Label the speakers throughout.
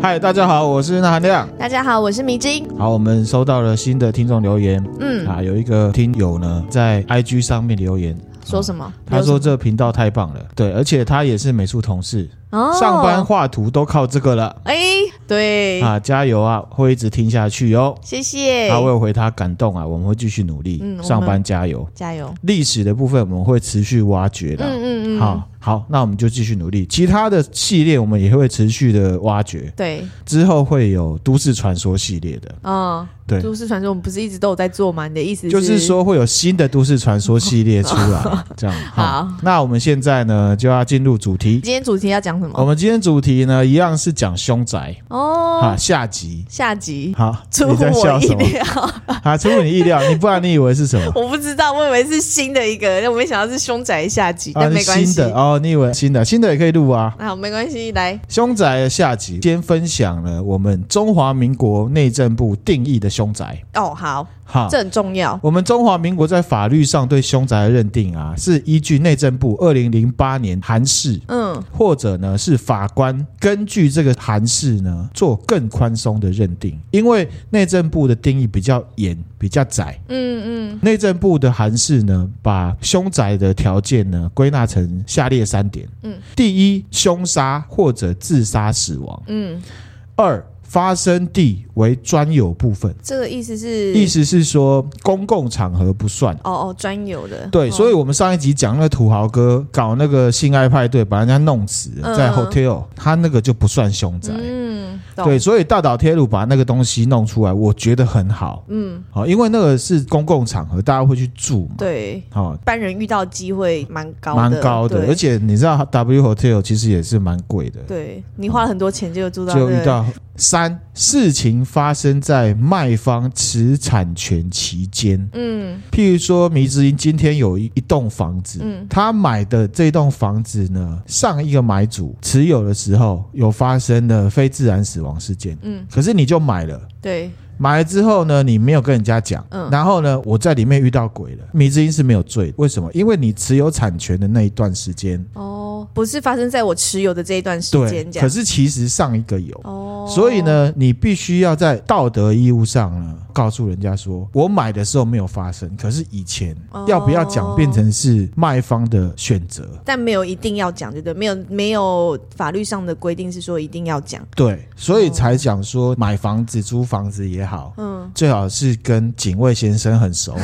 Speaker 1: 嗨，大家好，我是那含亮。
Speaker 2: 大家好，我是迷津。
Speaker 1: 好，我们收到了新的听众留言
Speaker 2: 嗯，
Speaker 1: 啊，有一个听友呢在 IG 上面留言，
Speaker 2: 说什么？
Speaker 1: 他说这频道太棒了，对，而且他也是美术同事，
Speaker 2: 哦
Speaker 1: 上班。画图都靠这个了
Speaker 2: 哎，对，
Speaker 1: 啊，加油啊，会一直听下去哟。
Speaker 2: 谢谢
Speaker 1: 他，会回他感动啊，我们会继续努力，
Speaker 2: 嗯我们
Speaker 1: 上班加油。
Speaker 2: 加油。
Speaker 1: 历史的部分我们会持续挖掘的，
Speaker 2: 嗯嗯嗯，，
Speaker 1: 啊好好，那我们就继续努力。其他的系列我们也会持续的挖掘，
Speaker 2: 对，
Speaker 1: 之后会有都市传说系列的，
Speaker 2: 嗯，
Speaker 1: 对，
Speaker 2: 都市传说我们不是一直都有在做吗？你的意思
Speaker 1: 就是，说会有新的都市传说系列出 来，这样。
Speaker 2: 好
Speaker 1: 那我们现在呢就要进入主题。
Speaker 2: 今天主题要讲什
Speaker 1: 我
Speaker 2: 么？
Speaker 1: 们今天主题呢一样是讲凶宅啊，
Speaker 2: 哦，
Speaker 1: 下集。
Speaker 2: 下集
Speaker 1: 好，
Speaker 2: 出
Speaker 1: 你
Speaker 2: 乎
Speaker 1: 在笑
Speaker 2: 我意
Speaker 1: 什么？
Speaker 2: 料，
Speaker 1: 啊，出乎你意料，你不然你以为是什 么？
Speaker 2: 我不知道，我以为是新的一个，但我没想到是凶宅下集，
Speaker 1: 啊，
Speaker 2: 但没关
Speaker 1: 新
Speaker 2: 系。
Speaker 1: 的哦，你以为新的，新的也可以录啊。
Speaker 2: 那好，没关系，来，
Speaker 1: 凶宅的下集先分享了我们中华民国内政部定义的凶宅。
Speaker 2: 哦，好，
Speaker 1: 哈，
Speaker 2: 这很重要。
Speaker 1: 我们中华民国在法律上对凶宅的认定啊，是依据内政部二零零八年函释，
Speaker 2: 嗯，
Speaker 1: 或者呢是法官根据这个函释呢做更宽松的认定，因为内政部的定义比较严，比较窄。
Speaker 2: 嗯嗯，
Speaker 1: 内政部的函释呢，把凶宅的条件呢归纳成下列三点：
Speaker 2: 嗯，
Speaker 1: 第一，凶杀或者自杀死亡；
Speaker 2: 嗯，
Speaker 1: 二，发生地为专有部分，
Speaker 2: 这个意思是，
Speaker 1: 意思是说公共场合不算。
Speaker 2: 哦哦，专有的，
Speaker 1: 对，所以
Speaker 2: 以
Speaker 1: 我们上一集讲那个土豪哥搞那个性爱派对，把人家弄死
Speaker 2: 嗯
Speaker 1: 在 hotel，他那个就不算凶宅。
Speaker 2: 嗯，懂
Speaker 1: 对，，所以大岛铁路把那个东西弄出来，我觉得很好，
Speaker 2: 嗯，
Speaker 1: 好，因为那个是公共场合，大家会去住嘛，
Speaker 2: 对，
Speaker 1: 好，
Speaker 2: 一般人遇到机会蛮高的，
Speaker 1: 蛮高的，
Speaker 2: 对
Speaker 1: 而且你知道 W Hotel 其实也是蛮贵的，
Speaker 2: 对你花了很多钱就住到
Speaker 1: 就遇
Speaker 2: 那个
Speaker 1: 到三事情发生在卖方持产权期间，
Speaker 2: 嗯
Speaker 1: 譬如说迷之音今天有一一栋房子，
Speaker 2: 嗯
Speaker 1: 他买的这栋房子呢，上一个买主持有的时候有发生了非自然死亡事件，
Speaker 2: 嗯，
Speaker 1: 可是你就买了。
Speaker 2: 对，
Speaker 1: 买了之后呢，你没有跟人家讲，
Speaker 2: 嗯
Speaker 1: 然后呢，我在里面遇到鬼了。迷之音是没有罪的，为什么？因为你持有产权的那一段时间，
Speaker 2: 哦，不是发生在我持有的这一段时
Speaker 1: 对
Speaker 2: 间，这样，
Speaker 1: 可是其实上一个有，
Speaker 2: 哦，
Speaker 1: 所以，呢，你必须要在道德义务上呢，告诉人家说，我买的时候没有发生，可是以前
Speaker 2: 哦
Speaker 1: 要不要讲变成是卖方的选择。
Speaker 2: 但没有一定要讲，对不对？没有没有法律上的规定是说一定要讲，
Speaker 1: 对，所以才讲说买房子、租房子也好，
Speaker 2: 嗯，
Speaker 1: 最好是跟警卫先生很熟、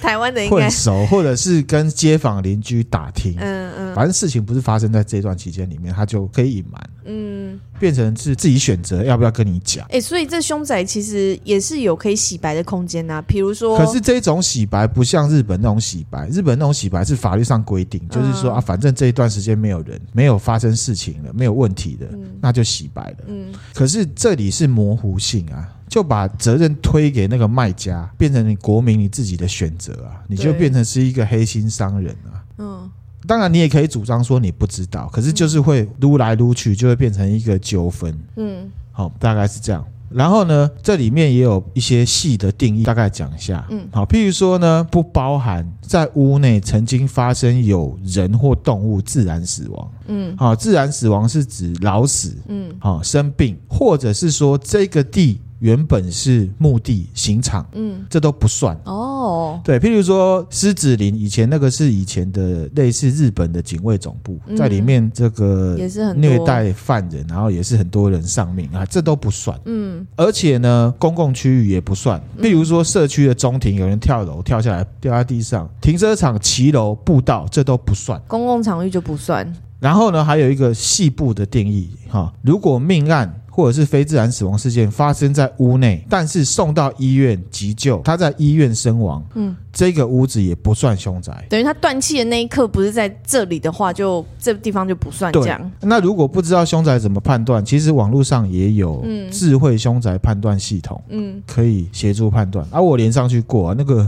Speaker 2: 台湾的 应该
Speaker 1: 混，熟，或者是跟街坊邻居打听。
Speaker 2: 嗯嗯
Speaker 1: 反正事情不是发生在这段期间里面，他就可以隐瞒，
Speaker 2: 嗯，
Speaker 1: 变成是自己选择要不要跟你讲。
Speaker 2: 哎、所以这凶宅其实也是有可以洗白的空间呐、啊比如说，
Speaker 1: 可是这种洗白不像日本那种洗白，日本那种洗白是法律上规定，就是说
Speaker 2: 嗯
Speaker 1: 啊，反正这一段时间没有人，没有发生事情了，没有问题的，那就洗白了。
Speaker 2: 嗯，
Speaker 1: 可是这里是模糊性啊，就把责任推给那个卖家，变成你国民你自己的选择啊，你就
Speaker 2: 对
Speaker 1: 变成是一个黑心商人啊。
Speaker 2: 嗯
Speaker 1: 当然，你也可以主张说你不知道，可是就是会撸来撸去，就会变成一个纠纷。
Speaker 2: 嗯
Speaker 1: 好，大概是这样。然后呢，这里面也有一些细的定义，大概讲一下。
Speaker 2: 嗯
Speaker 1: 好，譬如说呢，不包含在屋内曾经发生有人或动物自然死亡。
Speaker 2: 嗯
Speaker 1: 好，自然死亡是指老死、
Speaker 2: 嗯
Speaker 1: 好啊生病，或者是说这个地原本是墓地、刑场，
Speaker 2: 嗯，
Speaker 1: 这都不算。
Speaker 2: 哦，
Speaker 1: 对，譬如说狮子林，以前那个是以前的类似日本的警卫总部，
Speaker 2: 嗯
Speaker 1: 在里面这个
Speaker 2: 也是很多
Speaker 1: 虐，待犯人，然后也是很多人丧命啊，这都不算。
Speaker 2: 嗯
Speaker 1: 而且呢，公共区域也不算，例如说社区的中庭有人跳楼跳下来掉在地上，停车场、骑楼、步道这都不算。
Speaker 2: 公共场域就不算，
Speaker 1: 然后呢，还有一个细部的定义哈、如果命案或者是非自然死亡事件发生在屋内，但是送到医院急救，他在医院身亡，
Speaker 2: 嗯，
Speaker 1: 这个屋子也不算凶宅。
Speaker 2: 等于他断气的那一刻不是在这里的话，就这地方就不算这
Speaker 1: 对
Speaker 2: 样。，
Speaker 1: 那如果不知道凶宅怎么判断，其实网络上也有
Speaker 2: 嗯
Speaker 1: 智慧凶宅判断系统。
Speaker 2: 嗯，
Speaker 1: 可以协助判断。啊，我连上去过、啊，那个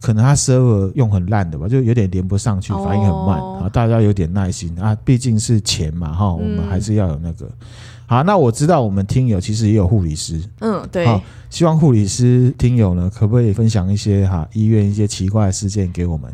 Speaker 1: 可能他 server 用很烂的吧，就有点连不上去，
Speaker 2: 哦
Speaker 1: 反应很慢啊。大家有点耐心啊，毕竟是钱嘛哈，我们
Speaker 2: 嗯
Speaker 1: 还是要有那个。好，那我知道我们听友其实也有护理师，
Speaker 2: 嗯，对，
Speaker 1: 好希望护理师听友呢，可不可以分享一些哈、医院一些奇怪的事件给我们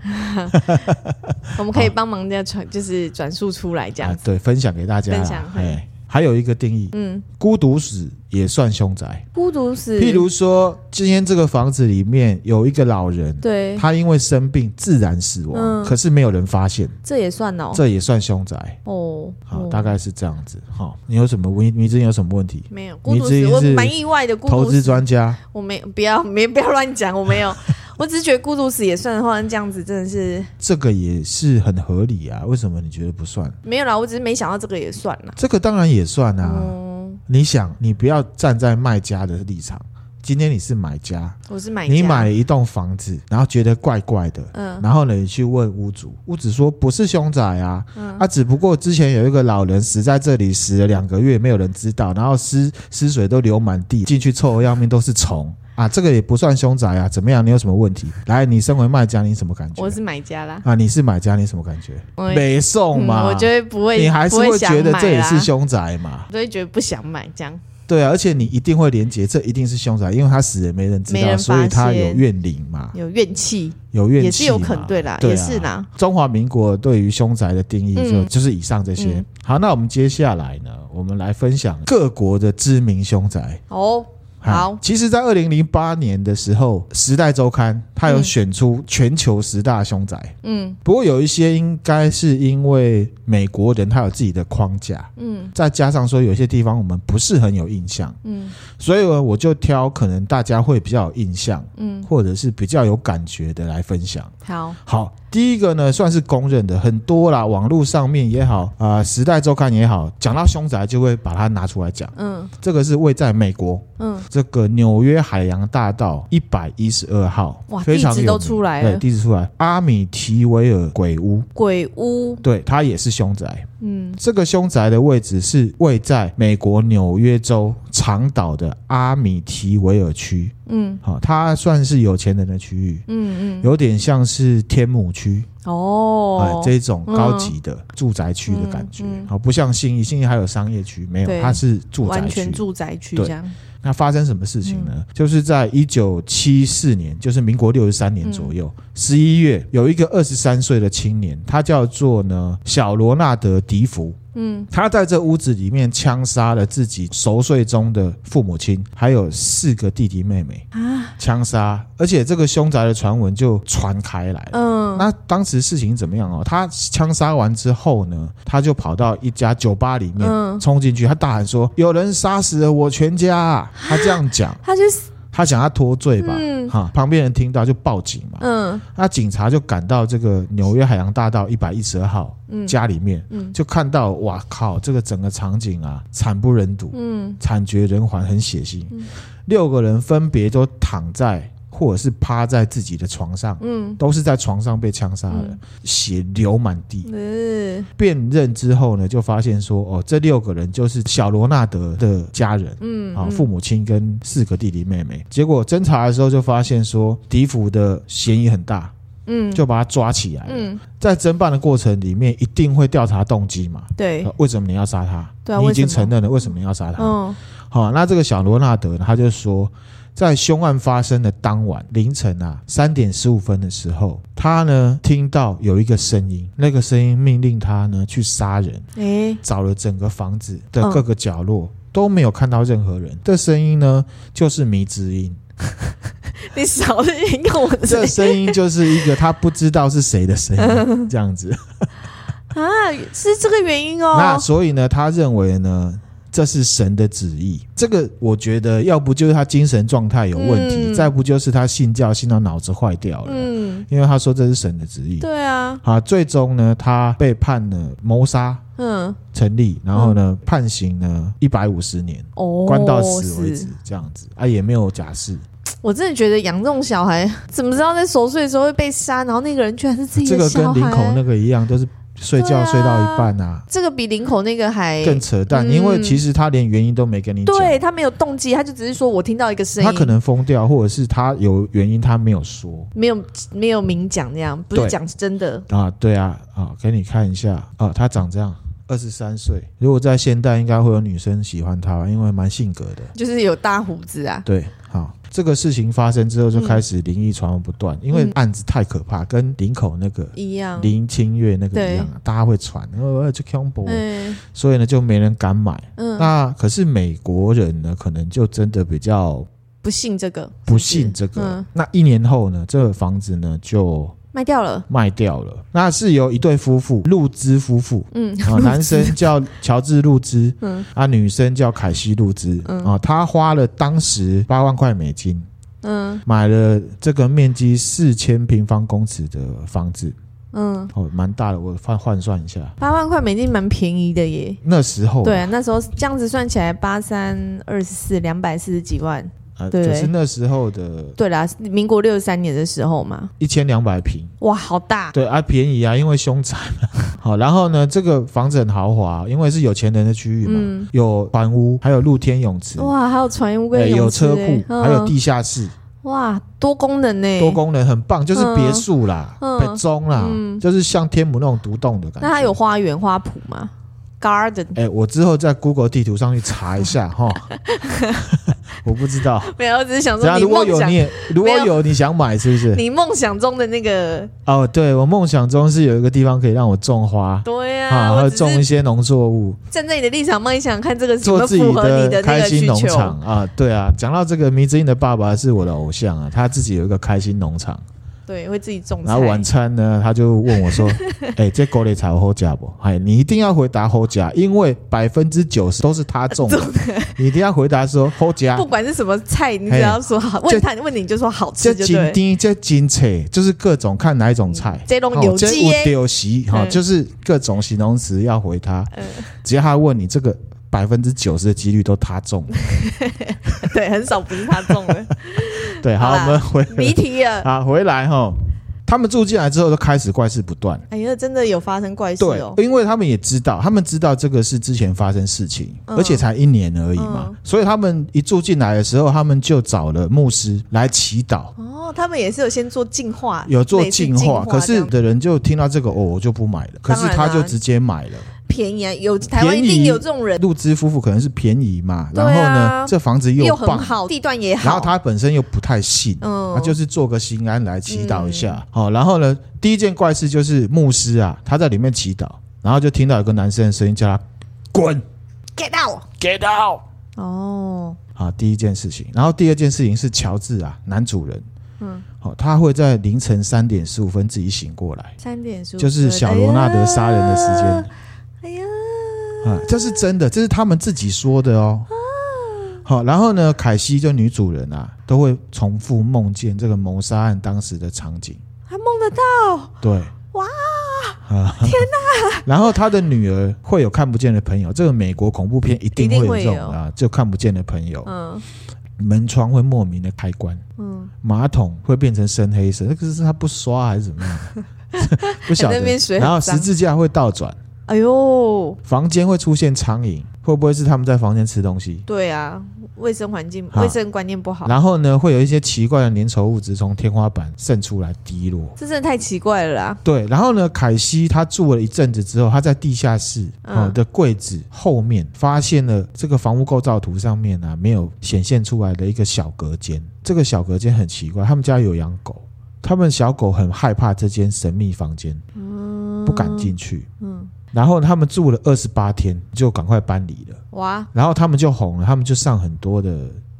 Speaker 2: 我们可以帮忙这样传，就是转述出来这样
Speaker 1: 啊
Speaker 2: 子。？
Speaker 1: 对，分享给大家啦
Speaker 2: 分享
Speaker 1: 哎，还有一个定义，
Speaker 2: 嗯，
Speaker 1: 孤独死也算凶宅。
Speaker 2: 孤独死，
Speaker 1: 譬如说，今天这个房子里面有一个老人，
Speaker 2: 对，
Speaker 1: 他因为生病自然死亡，
Speaker 2: 嗯
Speaker 1: 可是没有人发现，
Speaker 2: 这也算哦，
Speaker 1: 这也算凶宅。
Speaker 2: 哦，
Speaker 1: 好，
Speaker 2: 哦
Speaker 1: 大概是这样子。好，你有什么问？你之前有什么问题？
Speaker 2: 没有孤独
Speaker 1: 之
Speaker 2: 死，
Speaker 1: 前
Speaker 2: 我
Speaker 1: 是
Speaker 2: 蛮意外的。孤
Speaker 1: 投
Speaker 2: 独
Speaker 1: 资
Speaker 2: 死，
Speaker 1: 专家，
Speaker 2: 我没不要没不要乱讲，我 没有，我只是觉得孤独死也算的话，这样子真的是
Speaker 1: 这个也是很合理啊。为什么你觉得不算？
Speaker 2: 没有啦，我只是没想到这个也算啦。
Speaker 1: 这个当然也算啊。
Speaker 2: 嗯，
Speaker 1: 你想，你不要站在卖家的立场，今天你是买家，
Speaker 2: 我是买
Speaker 1: 你
Speaker 2: 家
Speaker 1: 买了一栋房子，然后觉得怪怪的，
Speaker 2: 嗯
Speaker 1: 然后呢，你去问屋主，屋主说不是凶宅啊，
Speaker 2: 嗯
Speaker 1: 啊，只不过之前有一个老人死在这里，死了两个月，没有人知道，然后尸尸水都流满地，进去臭得要命，都是虫啊，这个也不算凶宅啊，怎么样？你有什么问题？来，你身为卖家，你什么感觉
Speaker 2: 我？是买家啦，
Speaker 1: 啊，你是买家，你什么感觉？
Speaker 2: 我
Speaker 1: 没送
Speaker 2: 嗯
Speaker 1: 嘛，
Speaker 2: 我觉得不会，
Speaker 1: 你还是
Speaker 2: 不
Speaker 1: 会
Speaker 2: 想
Speaker 1: 觉得
Speaker 2: 买
Speaker 1: 这也
Speaker 2: 啦
Speaker 1: 是，凶宅嘛？
Speaker 2: 我就会觉得不想买这样。
Speaker 1: 对啊，而且你一定会连结，这一定是凶宅，因为他死了没人知
Speaker 2: 没
Speaker 1: 道，
Speaker 2: 人
Speaker 1: 所以他
Speaker 2: 发
Speaker 1: 有
Speaker 2: 现
Speaker 1: 怨灵嘛，
Speaker 2: 有怨气，
Speaker 1: 有怨气
Speaker 2: 也是有可
Speaker 1: 嘛
Speaker 2: 能，对啦，
Speaker 1: 对啊
Speaker 2: 也是啦。
Speaker 1: 中华民国对于凶宅的定义就、
Speaker 2: 嗯
Speaker 1: 就是以上这些。
Speaker 2: 嗯
Speaker 1: 好，那我们接下来呢，我们来分享各国的知名凶宅。
Speaker 2: 哦，
Speaker 1: 哈
Speaker 2: 好
Speaker 1: 其实，在二零零八年的时候，《时代周刊》它有
Speaker 2: 嗯
Speaker 1: 选出全球十大凶宅，
Speaker 2: 嗯
Speaker 1: 不过有一些应该是因为美国人他有自己的框架，
Speaker 2: 嗯
Speaker 1: 再加上说有些地方我们不是很有印象，
Speaker 2: 嗯
Speaker 1: 所以我就挑可能大家会比较有印象，
Speaker 2: 嗯，
Speaker 1: 或者是比较有感觉的来分享。
Speaker 2: 好，
Speaker 1: 好，第一个呢，算是公认的，很多啦，网络上面也好，啊、时代周刊》也好，讲到凶宅就会把它拿出来讲。
Speaker 2: 嗯
Speaker 1: 这个是位在美国
Speaker 2: 嗯，
Speaker 1: 这个纽约海洋大道一百一十二号，
Speaker 2: 哇
Speaker 1: 非常
Speaker 2: 地址
Speaker 1: 有
Speaker 2: 都
Speaker 1: 名
Speaker 2: 出来
Speaker 1: 对，
Speaker 2: 了
Speaker 1: 地址出来，阿米提维尔鬼屋，
Speaker 2: 鬼屋，
Speaker 1: 对，它也是凶宅。
Speaker 2: 嗯
Speaker 1: 这个凶宅的位置是位在美国纽约州长岛的阿米提维尔区，
Speaker 2: 嗯
Speaker 1: 好、它算是有钱人的区域，
Speaker 2: 嗯嗯，
Speaker 1: 有点像是天母区啊、
Speaker 2: 哦，
Speaker 1: 这种高级的住宅区的感觉，好、
Speaker 2: 嗯嗯
Speaker 1: 不像信义，信义还有商业区，没有，
Speaker 2: 对
Speaker 1: 它是住宅
Speaker 2: 完
Speaker 1: 区
Speaker 2: 全。住宅区
Speaker 1: 对
Speaker 2: 这样，
Speaker 1: 那发生什么事情呢？
Speaker 2: 嗯
Speaker 1: 就是在一九七四年，就是民国六十三年左
Speaker 2: 嗯
Speaker 1: 右，十一、月有一个二十三岁的青年，他叫做呢小罗纳德·迪福，
Speaker 2: 嗯
Speaker 1: 他在这屋子里面枪杀了自己熟睡中的父母亲，还有四个弟弟妹妹，
Speaker 2: 啊，
Speaker 1: 枪杀，而且这个凶宅的传闻就传开来了。
Speaker 2: 嗯
Speaker 1: 那当时事情怎么样哦？他枪杀完之后呢，他就跑到一家酒吧里面，
Speaker 2: 嗯，
Speaker 1: 冲进去，他大喊说：“有人杀死了我全家啊！”他这样讲，
Speaker 2: 他就是，
Speaker 1: 他想他脱罪吧？
Speaker 2: 嗯
Speaker 1: 哈，旁边人听到就报警嘛。
Speaker 2: 嗯
Speaker 1: 那警察就赶到这个纽约海洋大道一百一十二号
Speaker 2: 嗯
Speaker 1: 家里面，
Speaker 2: 嗯
Speaker 1: 就看到哇靠，这个整个场景啊，惨不忍睹，
Speaker 2: 嗯
Speaker 1: 惨绝人寰，很血腥。
Speaker 2: 嗯
Speaker 1: 六个人分别都躺在或者是趴在自己的床上，
Speaker 2: 嗯，
Speaker 1: 都是在床上被枪杀的，血流满地。
Speaker 2: 嗯
Speaker 1: 辨认之后呢，就发现说，哦，这六个人就是小罗纳德的家人。
Speaker 2: 嗯，
Speaker 1: 啊，
Speaker 2: 嗯
Speaker 1: 父母亲跟四个弟弟妹妹，结果侦查的时候就发现说，迪福的嫌疑很大，
Speaker 2: 嗯
Speaker 1: 就把他抓起来了。
Speaker 2: 嗯，
Speaker 1: 在侦办的过程里面，一定会调查动机嘛？
Speaker 2: 对
Speaker 1: 呃，为什么你要杀他？
Speaker 2: 对啊
Speaker 1: 你已
Speaker 2: 为什
Speaker 1: 经
Speaker 2: 么
Speaker 1: 承认了，为什么你要杀他？
Speaker 2: 嗯
Speaker 1: 好、那这个小罗纳德呢，他就说，在凶案发生的当晚凌晨啊三点十五分的时候，他呢听到有一个声音，那个声音命令他呢去杀人，
Speaker 2: 诶，
Speaker 1: 找了整个房子的
Speaker 2: 嗯
Speaker 1: 各个角落。都没有看到任何人，这声音呢就是迷之音，
Speaker 2: 你少了一个我
Speaker 1: 这
Speaker 2: 这
Speaker 1: 声音就是一个他不知道是谁的声音，这样子。
Speaker 2: 啊，是这个原因
Speaker 1: 那
Speaker 2: 哦，
Speaker 1: 所以呢，他认为呢，这是神的旨意。这个我觉得，要不就是他精神状态有问题，
Speaker 2: 嗯
Speaker 1: 再不就是他信教信到脑子坏掉了。
Speaker 2: 嗯，
Speaker 1: 因为他说这是神的旨意。
Speaker 2: 对啊，
Speaker 1: 啊，最终呢，他被判了谋杀
Speaker 2: 嗯，
Speaker 1: 成立，然后呢，判刑呢一百五十年，
Speaker 2: 哦，
Speaker 1: 关到死为止
Speaker 2: 是，
Speaker 1: 这样子啊，也没有假释。
Speaker 2: 我真的觉得养这种小孩，怎么知道在熟睡的时候会被杀？然后那个人居然是自己
Speaker 1: 这
Speaker 2: 的
Speaker 1: 个
Speaker 2: 小
Speaker 1: 跟林
Speaker 2: 孩。
Speaker 1: 口那个一样，就是睡
Speaker 2: 对
Speaker 1: 觉
Speaker 2: 啊
Speaker 1: 睡到一半啊，
Speaker 2: 这个比林口那个还
Speaker 1: 更扯淡，
Speaker 2: 嗯
Speaker 1: 因为其实他连原因都没跟你讲。
Speaker 2: 对他没有动机，他就只是说我听到一个声音，
Speaker 1: 他可能疯掉，或者是他有原因他没有说
Speaker 2: 没有没有明讲那样，不
Speaker 1: 对
Speaker 2: 是讲真的。
Speaker 1: 啊。对啊，啊，给你看一下啊，他长这样，二十三岁，如果在现代应该会有女生喜欢他吧，因为蛮性格的。
Speaker 2: 就是有大胡子啊，
Speaker 1: 对，好，这个事情发生之后就开始灵异传闻不
Speaker 2: 嗯
Speaker 1: 断，因为案子太可怕，跟林口那个
Speaker 2: 一样。
Speaker 1: 林清月那个一样啊，大家会传，呃，就 combo，
Speaker 2: 嗯
Speaker 1: 所以呢就没人敢买。
Speaker 2: 嗯，
Speaker 1: 那可是美国人呢，可能就真的比较
Speaker 2: 不信这个，
Speaker 1: 不信这个。
Speaker 2: 嗯
Speaker 1: 那一年后呢，这个房子呢就
Speaker 2: 卖掉了。
Speaker 1: 卖掉了。那是由一对夫妇，路兹夫 妇。
Speaker 2: 嗯
Speaker 1: 啊，男生叫乔治·路兹，
Speaker 2: 嗯
Speaker 1: 啊，女生叫凯西·路兹，
Speaker 2: 嗯
Speaker 1: 啊，他花了当时八万块美金
Speaker 2: 嗯
Speaker 1: 买了这个面积四千平方公尺的房子，
Speaker 2: 嗯，
Speaker 1: 哦，蛮大的，我换换算一下，
Speaker 2: 八万块美金蛮便宜的耶。
Speaker 1: 那时候
Speaker 2: 对啊，那时候这样子算起来，八三二十四，两百四十几万。
Speaker 1: 啊，
Speaker 2: 对
Speaker 1: 可是那时候的
Speaker 2: 对啦，民国六十三年的时候嘛，
Speaker 1: 一千两百平，
Speaker 2: 哇，好大。
Speaker 1: 对啊，便宜啊，因为凶宅嘛。 好，然后呢，这个房子很豪华，因为是有钱人的区域嘛，
Speaker 2: 嗯哦
Speaker 1: 有房屋，还有露天泳池，
Speaker 2: 哇，还有船屋
Speaker 1: 呃
Speaker 2: 跟
Speaker 1: 有
Speaker 2: 泳池嗯
Speaker 1: 车
Speaker 2: 耶
Speaker 1: 库，还有地下室，
Speaker 2: 嗯哇，多功能呢。
Speaker 1: 多功能很棒，就是
Speaker 2: 嗯
Speaker 1: 别墅啦、
Speaker 2: 嗯
Speaker 1: 北中啦，
Speaker 2: 嗯
Speaker 1: 就是像天母那种独栋的感觉。
Speaker 2: 那它有花园花圃吗？Garden
Speaker 1: 哎、我之后在 Google 地图上去查一下 哈，我不知道。
Speaker 2: 没有，我只是想
Speaker 1: 只
Speaker 2: 说
Speaker 1: 要啊
Speaker 2: 你
Speaker 1: 如果
Speaker 2: 梦
Speaker 1: 有你
Speaker 2: 想，
Speaker 1: 也，如果
Speaker 2: 没
Speaker 1: 有你想买是不是？
Speaker 2: 你梦想中的那个，
Speaker 1: 哦，对我梦想中是有一个地方可以让我种花
Speaker 2: 对呀，
Speaker 1: 啊，还有
Speaker 2: 我只
Speaker 1: 种一
Speaker 2: 是
Speaker 1: 些农作物，
Speaker 2: 站在你的立场，梦想看这个有没
Speaker 1: 做
Speaker 2: 有
Speaker 1: 自己
Speaker 2: 符合你那
Speaker 1: 开
Speaker 2: 个
Speaker 1: 心
Speaker 2: 需
Speaker 1: 农
Speaker 2: 求。
Speaker 1: 场啊。对啊，讲到这个，迷之音的爸爸是我的偶像啊，他自己有一个开心农场。
Speaker 2: 对，会自己种
Speaker 1: 然后晚
Speaker 2: 菜。
Speaker 1: 餐呢，他就问我说：“ 哎、这狗里才有后甲不？哎，你一定要回答后甲，因为百分之九十都是他种的，你一定要回答说啊后甲
Speaker 2: 呃不。管是什么菜，你只要说好，问他问你就说好
Speaker 1: 这
Speaker 2: 吃就
Speaker 1: 金
Speaker 2: 对。嗯
Speaker 1: 丁，这金菜，就是各种看哪一种菜。
Speaker 2: 这种有
Speaker 1: 哦这
Speaker 2: 机耶
Speaker 1: 丢席哈，
Speaker 2: 嗯
Speaker 1: 就是各种形容词要回他。
Speaker 2: 嗯
Speaker 1: 只要他问你，这个百分之九十的几率都他中 的。
Speaker 2: 对，很少不是他 种的。
Speaker 1: 对，好，
Speaker 2: 好啦
Speaker 1: 我们回
Speaker 2: 离题了，
Speaker 1: 啊回来哈。他们住进来之后，就开始怪事不断。
Speaker 2: 哎呀，真的有发生怪事
Speaker 1: 对
Speaker 2: 哦，。
Speaker 1: 因为他们也知道，他们知道这个是之前发生事情，
Speaker 2: 嗯
Speaker 1: 而且才一年而已嘛，
Speaker 2: 嗯
Speaker 1: 所以他们一住进来的时候，他们就找了牧师来祈祷。
Speaker 2: 哦，他们也是有先做净化，
Speaker 1: 有做
Speaker 2: 类似
Speaker 1: 净
Speaker 2: 净
Speaker 1: 化，可
Speaker 2: 这
Speaker 1: 是
Speaker 2: 样
Speaker 1: 的人就听到这个哦，我就不买了。可
Speaker 2: 当
Speaker 1: 是
Speaker 2: 然啦
Speaker 1: 他就直接买了。
Speaker 2: 便宜啊，有台湾一
Speaker 1: 便宜
Speaker 2: 定有这种人，
Speaker 1: 路资夫妇可能是便宜嘛，
Speaker 2: 对
Speaker 1: 然
Speaker 2: 啊
Speaker 1: 后呢，这房子
Speaker 2: 又很
Speaker 1: 棒，
Speaker 2: 好，地段也好，
Speaker 1: 然后他本身又不太信，
Speaker 2: 嗯，
Speaker 1: 他就是做个心安来祈祷一下。好、然后呢，第一件怪事就是牧师啊，他在里面祈祷，然后就听到有个男生的声音叫他滚
Speaker 2: get out
Speaker 1: ，get out。
Speaker 2: 哦，
Speaker 1: 啊，第一件事情。然后第二件事情是乔治啊，男主人，
Speaker 2: 嗯，
Speaker 1: 好、他会在凌晨三点十五分自己醒过来，
Speaker 2: 三点十五
Speaker 1: 就是小罗纳德杀人的时间、
Speaker 2: 哎呀，
Speaker 1: 啊，这是真的，这是他们自己说的哦。
Speaker 2: 啊
Speaker 1: 好，然后呢，凯西就女主人啊，都会重复梦见这个谋杀案当时的场景。
Speaker 2: 还梦得到，
Speaker 1: 对，
Speaker 2: 哇，
Speaker 1: 啊、天哪！ 然后他的女儿会有看不见的朋友，这个美国恐怖片一定会有这
Speaker 2: 一定
Speaker 1: 种
Speaker 2: 会有
Speaker 1: 啊，就看不见的朋友，
Speaker 2: 嗯
Speaker 1: 门窗会莫名的开关。
Speaker 2: 嗯，
Speaker 1: 马桶会变成深黑色，那个是他不刷还是怎么 样？不晓
Speaker 2: 还在那边
Speaker 1: 得。
Speaker 2: 水很
Speaker 1: 然后
Speaker 2: 脏
Speaker 1: 十字架会倒转，
Speaker 2: 哎呦，
Speaker 1: 房间会出现苍蝇，会不会是他们在房间吃东西？
Speaker 2: 对啊，卫生环境、
Speaker 1: 啊
Speaker 2: 卫生观念不好，
Speaker 1: 然后呢，会有一些奇怪的粘稠物质从天花板渗出来滴落。
Speaker 2: 这真的太奇怪了啦，
Speaker 1: 对，然后呢，凯西她住了一阵子之后，她在地下室
Speaker 2: 嗯
Speaker 1: 哦、的柜子后面发现了这个房屋构造图上面啊没有显现出来的一个小隔间。这个小隔间很奇怪，他们家有养狗，他们小狗很害怕这间神秘房间，
Speaker 2: 嗯，
Speaker 1: 不敢，进去。
Speaker 2: 嗯，
Speaker 1: 然后他们住了二十八天，就赶快搬离了。
Speaker 2: 哇，
Speaker 1: 然后他们就红了，他们就上很多的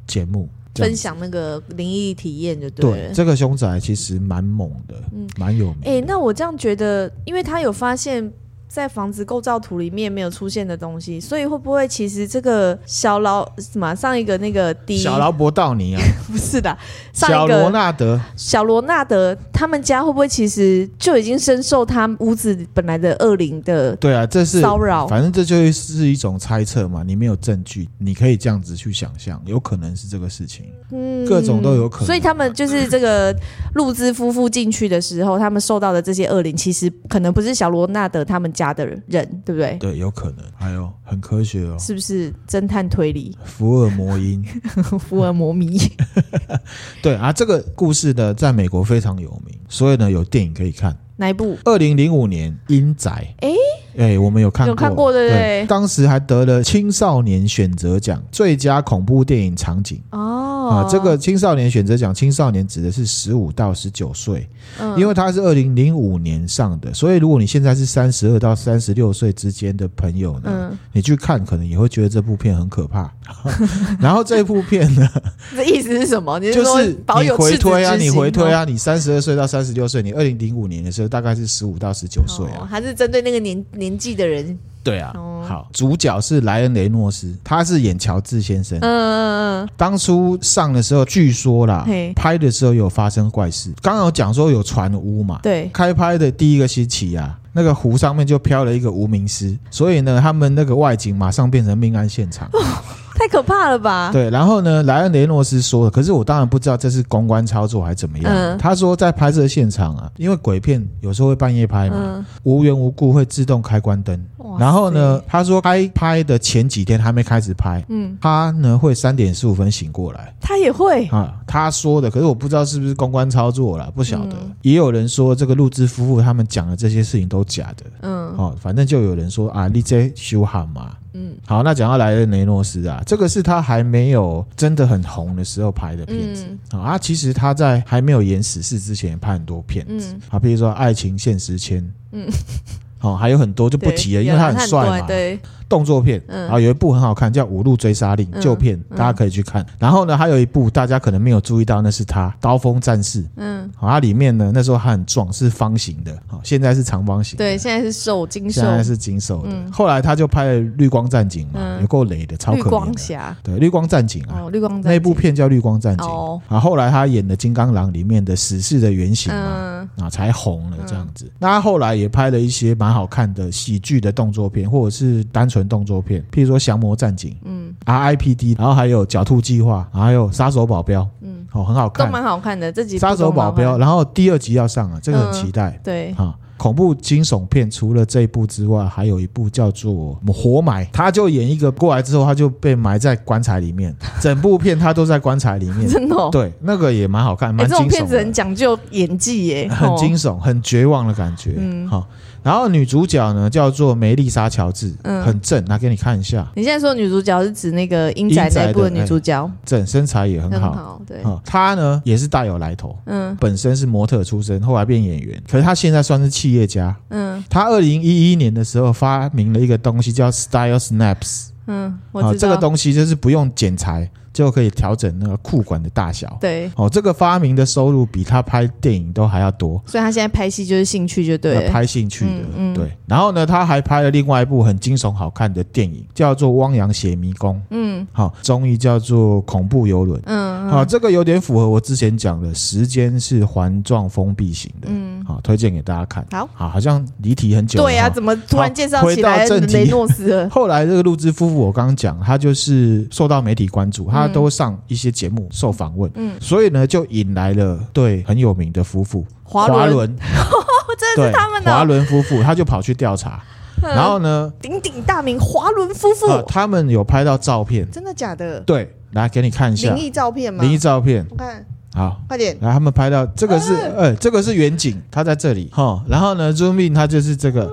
Speaker 1: 节目这样
Speaker 2: 分享那个灵异体验就对
Speaker 1: 对，
Speaker 2: 了。
Speaker 1: 这个凶宅其实蛮猛的，
Speaker 2: 嗯
Speaker 1: 蛮有名的。
Speaker 2: 哎、那我这样觉得，因为他有发现，在房子构造图里面没有出现的东西，所以会不会其实这个小劳什么啊上一个那个迪
Speaker 1: 小劳勃道尼啊，
Speaker 2: 不是的，上
Speaker 1: 小
Speaker 2: 一
Speaker 1: 罗
Speaker 2: 个
Speaker 1: 纳德，
Speaker 2: 小罗纳德他们家会不会其实就已经深受他屋子本来的恶灵的？
Speaker 1: 对啊，这是
Speaker 2: 骚扰
Speaker 1: 反正这就是一种猜测嘛，你没有证据，你可以这样子去想象，有可能是这个事情。
Speaker 2: 嗯
Speaker 1: 各种都有可能
Speaker 2: 所以他们就是这个路兹夫妇进去的时候，他们受到的这些恶灵，其实可能不是小罗纳德他们家的人，对不对？
Speaker 1: 对，有可能。还有很科学哦，
Speaker 2: 是不是侦探推理？
Speaker 1: 福尔摩因。
Speaker 2: 福尔摩迷。
Speaker 1: 对啊，这个故事呢，在美国非常有名，所以呢有电影可以看。
Speaker 2: 哪一部？
Speaker 1: 二零零五年《阴宅》
Speaker 2: 诶
Speaker 1: 哎，我们有看过，
Speaker 2: 有看过对不对
Speaker 1: 当时还得了青少年选择奖最佳恐怖电影场景。
Speaker 2: 哦
Speaker 1: 啊，这个青少年选择奖，青少年指的是十五到十九岁，
Speaker 2: 嗯
Speaker 1: 因为它是二零零五年上的，所以如果你现在是三十二到三十六岁之间的朋友呢，
Speaker 2: 嗯，
Speaker 1: 你去看可能也会觉得这部片很可 怕。然后这部片呢，
Speaker 2: 这意思是什么？你
Speaker 1: 就
Speaker 2: 说
Speaker 1: 是
Speaker 2: 保
Speaker 1: 你
Speaker 2: 有
Speaker 1: 回推啊，
Speaker 2: 赤子之
Speaker 1: 你
Speaker 2: 心哦
Speaker 1: 回推
Speaker 2: 吗
Speaker 1: 啊，你三十二岁到三十六岁，你二零零五年的时候大概是十五到十九岁
Speaker 2: 哦
Speaker 1: 啊，，
Speaker 2: 还是针对那个年年纪的人？
Speaker 1: 对啊
Speaker 2: 哦。
Speaker 1: 好，主角是莱恩·雷诺斯，他是演乔治先生
Speaker 2: 嗯。嗯嗯
Speaker 1: 当初上的时候，据说啦
Speaker 2: 嘿，
Speaker 1: 拍的时候有发生怪事。刚刚有讲说有船屋嘛
Speaker 2: 嗯，，对，
Speaker 1: 开拍的第一个星期啊，那个湖上面就飘了一个无名尸，所以呢，他们那个外景马上变成命案现场。
Speaker 2: 太可怕了吧？
Speaker 1: 对，然后呢，莱恩·雷诺斯说的，可是我当然不知道这是公关操作还是怎么样。
Speaker 2: 嗯
Speaker 1: 他说在拍摄现场啊，因为鬼片有时候会半夜拍嘛，
Speaker 2: 嗯，
Speaker 1: 无缘无故会自动开关灯。
Speaker 2: 哇
Speaker 1: 然后呢
Speaker 2: 塞，，
Speaker 1: 他说开拍的前几天还没开始拍，
Speaker 2: 嗯，
Speaker 1: 他呢会三点十五分醒过来。
Speaker 2: 他也会，
Speaker 1: 啊，他说的，可是我不知道是不是公关操作啦，不晓得。
Speaker 2: 嗯
Speaker 1: 也有人说这个陆之夫妇他们讲的这些事情都假的，
Speaker 2: 嗯
Speaker 1: 哦，反正就有人说啊，你这修喊嘛。
Speaker 2: 嗯
Speaker 1: 好，那讲到莱恩·雷诺斯啊，这个是他还没有真的很红的时候拍的片子、
Speaker 2: 嗯
Speaker 1: 啊。他其实他在还没有演死侍之前也拍很多片子、
Speaker 2: 嗯
Speaker 1: 啊，比如说《爱情现实签》，
Speaker 2: 嗯，
Speaker 1: 哦，还有很多就不
Speaker 2: 对
Speaker 1: 提了，因
Speaker 2: 有
Speaker 1: 为
Speaker 2: 啦
Speaker 1: 他很帅
Speaker 2: 多
Speaker 1: 嘛，
Speaker 2: 对，
Speaker 1: 动作片，
Speaker 2: 嗯
Speaker 1: 然后有一部很好看，叫《五路追杀令》
Speaker 2: 嗯
Speaker 1: 旧片，
Speaker 2: 嗯
Speaker 1: 大家可以去看。然后呢，还有一部大家可能没有注意到，那是他《刀锋战士》。哦
Speaker 2: 嗯，
Speaker 1: 好，它里面呢那时候他很壮，是方形的，好，现在是长方形的。
Speaker 2: 对，现在是瘦精瘦
Speaker 1: 现，在是金手的。
Speaker 2: 嗯
Speaker 1: 后来他就拍了《绿光战警》嘛，
Speaker 2: 嗯
Speaker 1: 有够雷的，超
Speaker 2: 绿
Speaker 1: 可怜
Speaker 2: 光
Speaker 1: 的。
Speaker 2: 侠，
Speaker 1: 对，《绿光战警》啊，
Speaker 2: 哦，绿光战
Speaker 1: 那部
Speaker 2: 警，
Speaker 1: 片叫《绿光战警》
Speaker 2: 哦
Speaker 1: 啊。后来他演的《金刚狼》里面的死侍的原型嘛，
Speaker 2: 嗯
Speaker 1: 啊，才红了这样子。那他后来也拍了一些蛮好看的喜剧的动作片，或者是单纯动作片，譬如说《降魔战警
Speaker 2: 嗯》
Speaker 1: （R.I.P.D.），然后还有《狡兔计划》，然后还有《杀手保镖》，
Speaker 2: 嗯，
Speaker 1: 哦，很好
Speaker 2: 都
Speaker 1: 看，
Speaker 2: 蛮好看的，这几
Speaker 1: 《
Speaker 2: 部
Speaker 1: 杀手
Speaker 2: 都蛮
Speaker 1: 保
Speaker 2: 好看
Speaker 1: 镖》，然后第二集要上了，这个
Speaker 2: 嗯
Speaker 1: 很期待、
Speaker 2: 对，
Speaker 1: 啊。恐怖惊悚片除了这一部之外，还有一部叫做《活埋》，他就演一个过来之后，他就被埋在棺材里面，整部片他都在棺材里面。
Speaker 2: 真的哦，
Speaker 1: 嗯对，那个也蛮好看，
Speaker 2: 哎，
Speaker 1: 蛮
Speaker 2: 这
Speaker 1: 惊悚
Speaker 2: 种
Speaker 1: 的。
Speaker 2: 片子很讲究演技耶，
Speaker 1: 很
Speaker 2: 哦
Speaker 1: 惊，悚、很绝望的感觉。
Speaker 2: 嗯
Speaker 1: 好、然后女主角呢叫做梅丽莎·乔治，
Speaker 2: 嗯
Speaker 1: 很正，来给你看一下，
Speaker 2: 你现在说女主角是指那个英仔
Speaker 1: 英仔
Speaker 2: 那部的
Speaker 1: 的
Speaker 2: 女主角，
Speaker 1: 正，身材也很
Speaker 2: 很
Speaker 1: 好。
Speaker 2: 好，对，
Speaker 1: 好她呢也是大有来头，
Speaker 2: 嗯
Speaker 1: 本身是模特出身，后来变演员，可是她现在算是企业家。
Speaker 2: 嗯
Speaker 1: 她二零一一年的时候发明了一个东西叫 Style Snaps，
Speaker 2: 嗯，我
Speaker 1: 好，
Speaker 2: 知道
Speaker 1: 这个东西就是不用剪裁就可以调整那个裤管的大小。
Speaker 2: 对，
Speaker 1: 哦，这个发明的收入比她拍电影都还要多。
Speaker 2: 所以他现在拍戏就是兴趣，就对
Speaker 1: 呃
Speaker 2: 了，
Speaker 1: 拍兴趣的，
Speaker 2: 嗯嗯
Speaker 1: 对。然后呢，他还拍了另外一部很惊悚好看的电影，叫做《汪洋写迷宫》，
Speaker 2: 嗯
Speaker 1: 好、中译叫做《恐怖游轮》。
Speaker 2: 嗯，
Speaker 1: 好、这个有点符合我之前讲的，时间是环状封闭型的，
Speaker 2: 嗯
Speaker 1: 好、推荐给大家看。
Speaker 2: 好
Speaker 1: 好，好像离题很久了。
Speaker 2: 对呀、
Speaker 1: 哈
Speaker 2: 怎么突然介绍起
Speaker 1: 好
Speaker 2: 来
Speaker 1: 回到正题
Speaker 2: 雷诺斯 了？
Speaker 1: 后来这个陆之夫妇，我刚刚讲，他就是受到媒体关注，他都上一些节目受访问，
Speaker 2: 嗯
Speaker 1: 所以呢，就引来了对很有名的夫妇
Speaker 2: 华
Speaker 1: 伦，
Speaker 2: 伦，真的
Speaker 1: 对
Speaker 2: 是他们
Speaker 1: 华
Speaker 2: 呢，
Speaker 1: 伦夫妇，他就跑去调查，
Speaker 2: 呃
Speaker 1: 然后呢，
Speaker 2: 嗯鼎鼎大名华伦夫妇，
Speaker 1: 呃，他们有拍到照片，
Speaker 2: 真的假的？
Speaker 1: 对，来给你看一下
Speaker 2: 灵异照片吗？
Speaker 1: 灵异照片。
Speaker 2: 我看，
Speaker 1: 好，
Speaker 2: 快点，
Speaker 1: 来他们拍到这个是，
Speaker 2: 嗯
Speaker 1: 呃，这个是远景，他在这里哈、然后呢，zoom in，他就是这个，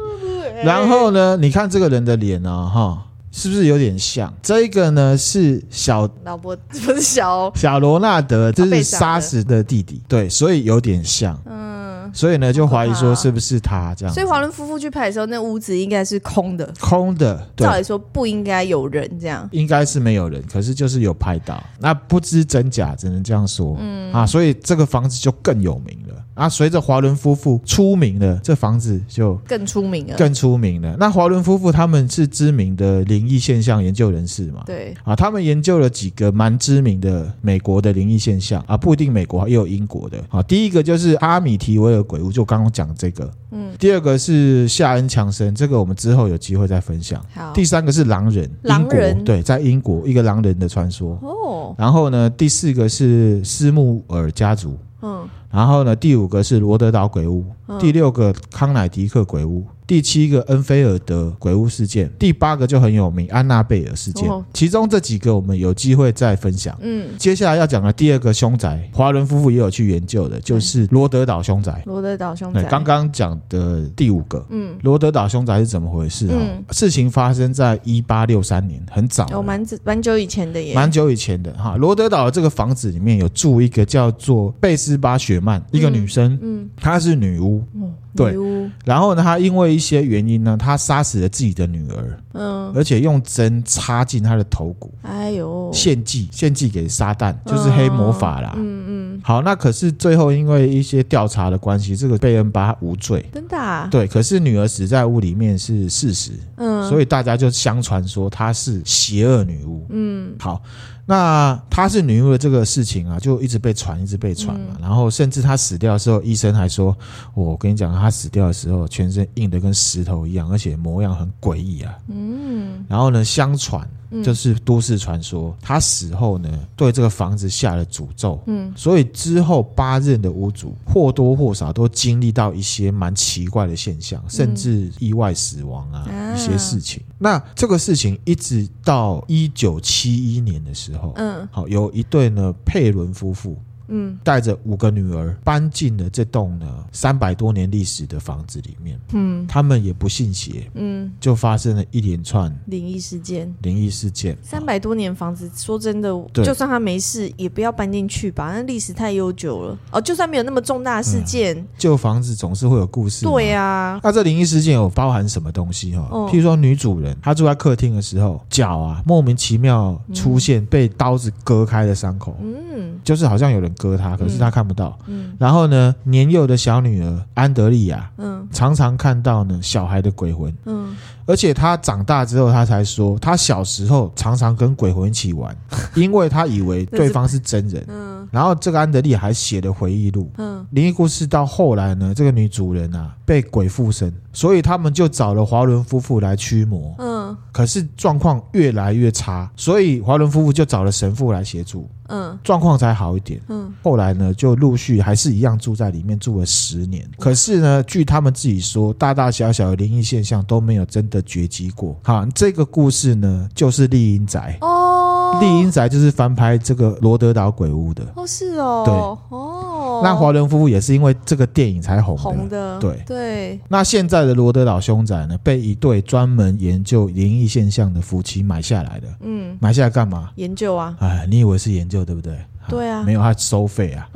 Speaker 1: 然后呢，你看这个人的脸啊、哈、是不是有点像？这个呢是小
Speaker 2: 老伯不是小，哦
Speaker 1: 小罗纳德，这
Speaker 2: 他被
Speaker 1: 是
Speaker 2: 杀
Speaker 1: 杀
Speaker 2: 的
Speaker 1: 死的弟弟，对，所以有点像，
Speaker 2: 嗯，
Speaker 1: 所以呢就怀疑
Speaker 2: 好可怕
Speaker 1: 说
Speaker 2: 哦
Speaker 1: 是不是他这样
Speaker 2: 所以华伦夫妇去拍的时候，那屋子应该是空的，
Speaker 1: 空的，对
Speaker 2: 照，理说不应该有人这样。
Speaker 1: 应该是没有人，可是就是有拍到，那不知真假，只能这样说。嗯啊，所以这个房子就更有名了啊。随着华伦夫妇出名了，这房子就
Speaker 2: 更出名了，
Speaker 1: 更出名了。那华伦夫妇他们是知名的灵异现象研究人士嘛？
Speaker 2: 对，
Speaker 1: 啊，他们研究了几个蛮知名的美国的灵异现象啊，不一定美国，也有英国的啊。第一个就是阿米提维尔鬼屋，就刚刚讲这个。
Speaker 2: 嗯，
Speaker 1: 第二个是夏恩强森，这个我们之后有机会再分享。
Speaker 2: 好
Speaker 1: 第三个是狼人，
Speaker 2: 狼人
Speaker 1: 英国对，在英国一个狼人的传说。
Speaker 2: 哦，
Speaker 1: 然后呢，第四个是斯穆尔家族，
Speaker 2: 嗯
Speaker 1: 然后呢，第五个是罗德岛鬼屋，
Speaker 2: 嗯
Speaker 1: 第六个康乃狄克鬼屋，第七个恩菲尔德鬼屋事件，第八个就很有名安娜贝尔事件
Speaker 2: 哦。
Speaker 1: 其中这几个我们有机会再分享。
Speaker 2: 嗯，
Speaker 1: 接下来要讲的第二个凶宅，华伦夫妇也有去研究的，就是罗德岛凶宅。
Speaker 2: 罗德岛凶
Speaker 1: 对
Speaker 2: 宅，，
Speaker 1: 刚刚讲的第五个，
Speaker 2: 嗯，
Speaker 1: 罗德岛凶宅是怎么回事啊、
Speaker 2: 嗯
Speaker 1: 事情发生在一八六三年，很早了，
Speaker 2: 哦，蛮蛮久以前的耶，
Speaker 1: 蛮久以前的哈。罗德岛的这个房子里面有住一个叫做贝斯巴雪曼，一个女生，
Speaker 2: 嗯，
Speaker 1: 她是女巫。
Speaker 2: 哦
Speaker 1: 对
Speaker 2: 女巫，
Speaker 1: 然后呢，她因为一些原因呢，她杀死了自己的女儿，
Speaker 2: 嗯，
Speaker 1: 而且用针插进她的头骨，
Speaker 2: 哎呦，
Speaker 1: 献祭献祭给撒旦，就是黑魔法啦。
Speaker 2: 哦嗯嗯，
Speaker 1: 好，那可是最后因为一些调查的关系，这个贝恩巴无罪。
Speaker 2: 真的啊，
Speaker 1: 对，可是女儿死在屋里面是事实，
Speaker 2: 嗯，
Speaker 1: 所
Speaker 2: 以
Speaker 1: 以大家就相传说她是邪恶女巫。嗯，好，那她是女巫的这个事情啊，就一直被传，一直被传嘛。然后甚至她死掉的时候，医生还说：“我跟你讲，她死掉的时候全身硬的跟石头一样，而且模样很诡异啊。”嗯，然后呢，相传
Speaker 2: 嗯
Speaker 1: 就是都市传说，她死后呢，对这个房子下了诅咒。
Speaker 2: 嗯，
Speaker 1: 所以之后八任的屋主或多或少都经历到一些蛮奇怪的现象，甚至意外死亡啊、
Speaker 2: 嗯啊
Speaker 1: 一些事情。那这个事情一直到一九七一年的时候，
Speaker 2: 嗯
Speaker 1: 好有一对呢佩伦夫妇
Speaker 2: 嗯
Speaker 1: 带着五个女儿搬进了这栋呢三百多年历史的房子里面，
Speaker 2: 嗯
Speaker 1: 他们也不信邪，
Speaker 2: 嗯，
Speaker 1: 就发生了一连串
Speaker 2: 灵异事件。
Speaker 1: 灵异事件。
Speaker 2: 三百多年房子，说真的，
Speaker 1: 对
Speaker 2: 就算他没事，也不要搬进去吧，那历史太悠久了。哦，就算没有那么重大事件，
Speaker 1: 旧房子总嗯是会有故事嘛，
Speaker 2: 对啊呀、
Speaker 1: 那这灵异事件有包含什么东西哈、
Speaker 2: 哦
Speaker 1: 譬如说女主人她住在客厅的时候，脚啊莫名其妙出现被刀子割开的伤口，
Speaker 2: 嗯
Speaker 1: 就是好像有人割她，可是她看不到。
Speaker 2: 嗯
Speaker 1: 然后呢，年幼的小女儿安德利亚
Speaker 2: 嗯
Speaker 1: 常常看到呢小孩的鬼魂，
Speaker 2: 嗯，
Speaker 1: 而且她长大之后，她才说她小时候常常跟鬼魂一起玩，因为她以为对方是真人。
Speaker 2: 嗯
Speaker 1: 然后这个安德利亚还写了回忆录，
Speaker 2: 嗯
Speaker 1: 灵异故事到后来呢，这个女主人啊被鬼附身，所以他们就找了华伦夫妇来驱魔。
Speaker 2: 嗯
Speaker 1: 可是状况越来越差，所以华伦夫妇就找了神父来协助，
Speaker 2: 嗯
Speaker 1: 状况才好一点。
Speaker 2: 嗯，
Speaker 1: 后来呢，就陆续还是一样住在里面住了十年。可是呢，据他们自己说，大大小小的灵异现象都没有真的绝迹过。好，这个故事呢，就是丽英宅。
Speaker 2: 哦，
Speaker 1: 丽英宅就是翻拍这个罗德岛鬼屋的。
Speaker 2: 哦是哦，
Speaker 1: 对
Speaker 2: 哦，
Speaker 1: 那华伦夫妇也是因为这个电影才红的。
Speaker 2: 红的，
Speaker 1: 对
Speaker 2: 对，
Speaker 1: 那现在的罗德岛凶宅呢，被一对专门研究灵异现象的夫妻买下来的。
Speaker 2: 嗯，
Speaker 1: 买下来干嘛？
Speaker 2: 研究啊，
Speaker 1: 哎，你以为是研究对不对？
Speaker 2: 对啊
Speaker 1: 没有，他收费啊。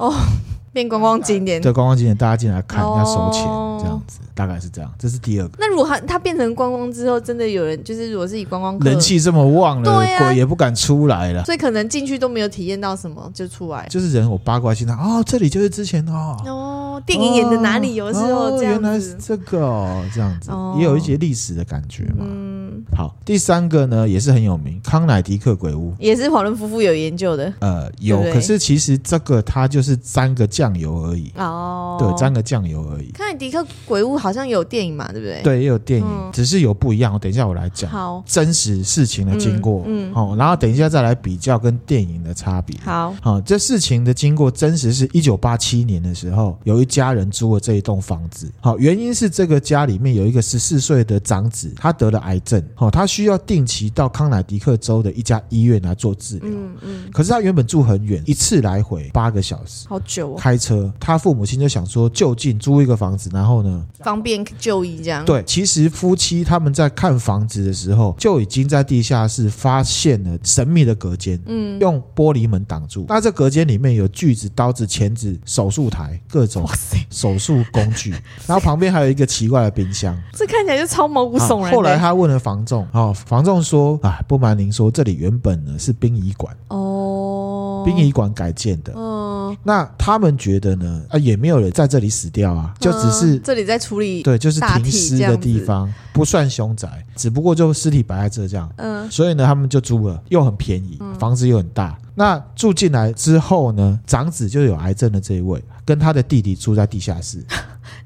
Speaker 2: 变观光景点。
Speaker 1: 这观光景点大家进来看
Speaker 2: 哦
Speaker 1: 要收钱，这样子大概是这样。这是第二个，
Speaker 2: 那如果它它变成观光之后，真的有人就是如果是以观光客
Speaker 1: 人，气啊这么旺了，
Speaker 2: 对啊
Speaker 1: 鬼也不敢出来了。
Speaker 2: 所以可能进去都没有体验到什么就出来。
Speaker 1: 就是人有八卦心，他哦，这里就是之前哦，
Speaker 2: 哦，电影演的哪里有时候
Speaker 1: 哦
Speaker 2: 这样
Speaker 1: 原来
Speaker 2: 子
Speaker 1: 是，这个哦，这样子、
Speaker 2: 哦
Speaker 1: 也有一些历史的感觉嘛。
Speaker 2: 嗯，
Speaker 1: 好，第三个呢也是很有名，康乃狄克鬼屋。
Speaker 2: 也是华伦夫妇有研究的
Speaker 1: 呃，有，
Speaker 2: 对不对
Speaker 1: 可是其实这个它就是沾个酱油而已，
Speaker 2: 哦。
Speaker 1: 对，沾个酱油而已。
Speaker 2: 看来迪克鬼屋好像有电影嘛，对不对？，
Speaker 1: 对，也有电影，
Speaker 2: 嗯
Speaker 1: 只是有不一样。等一下我来讲
Speaker 2: 好，
Speaker 1: 真实事情的经过，
Speaker 2: 嗯嗯
Speaker 1: 好、然后等一下再来比较跟电影的差别。
Speaker 2: 好，
Speaker 1: 好、这事情的经过真实是一九八七年的时候，有一家人租了这一栋房子。好、原因是这个家里面有一个十四岁的长子，他得了癌症，好、他需要定期到康乃狄克州的一家医院来做治疗。
Speaker 2: 嗯嗯，
Speaker 1: 可是他原本住很远，一次来回八个小时。
Speaker 2: 好久哦，
Speaker 1: 开车，他父母亲就想说就近租一个房子，然后呢，
Speaker 2: 方便就医这样。，
Speaker 1: 对，其实夫妻他们在看房子的时候就已经在地下室发现了神秘的隔间，
Speaker 2: 嗯，
Speaker 1: 用玻璃门挡住。那这隔间里面有锯子、刀子、钳子、手术台、各种
Speaker 2: 哇塞，
Speaker 1: 手术工具， 然后旁边还有一个奇怪的冰箱。
Speaker 2: 这看起来就超毛骨
Speaker 1: 啊
Speaker 2: 悚然的。
Speaker 1: 后来他问了房仲，哦，房仲说啊，不瞒您说，这里原本呢是殡仪馆，
Speaker 2: 哦，
Speaker 1: 殡仪馆改建的。
Speaker 2: 嗯，
Speaker 1: 那他们觉得呢？啊，也没有人在这里死掉啊，就只是、
Speaker 2: 嗯这里在处理，
Speaker 1: 对，就是
Speaker 2: 大体
Speaker 1: 停尸
Speaker 2: 这
Speaker 1: 的
Speaker 2: 样子
Speaker 1: 地方，不算凶宅，只不过就尸体摆在这这样。
Speaker 2: 嗯
Speaker 1: 所以呢，他们就租了，又很便宜，
Speaker 2: 嗯
Speaker 1: 房子又很大。那住进来之后呢，长子就有癌症的这一位，跟他的弟弟住在地下室。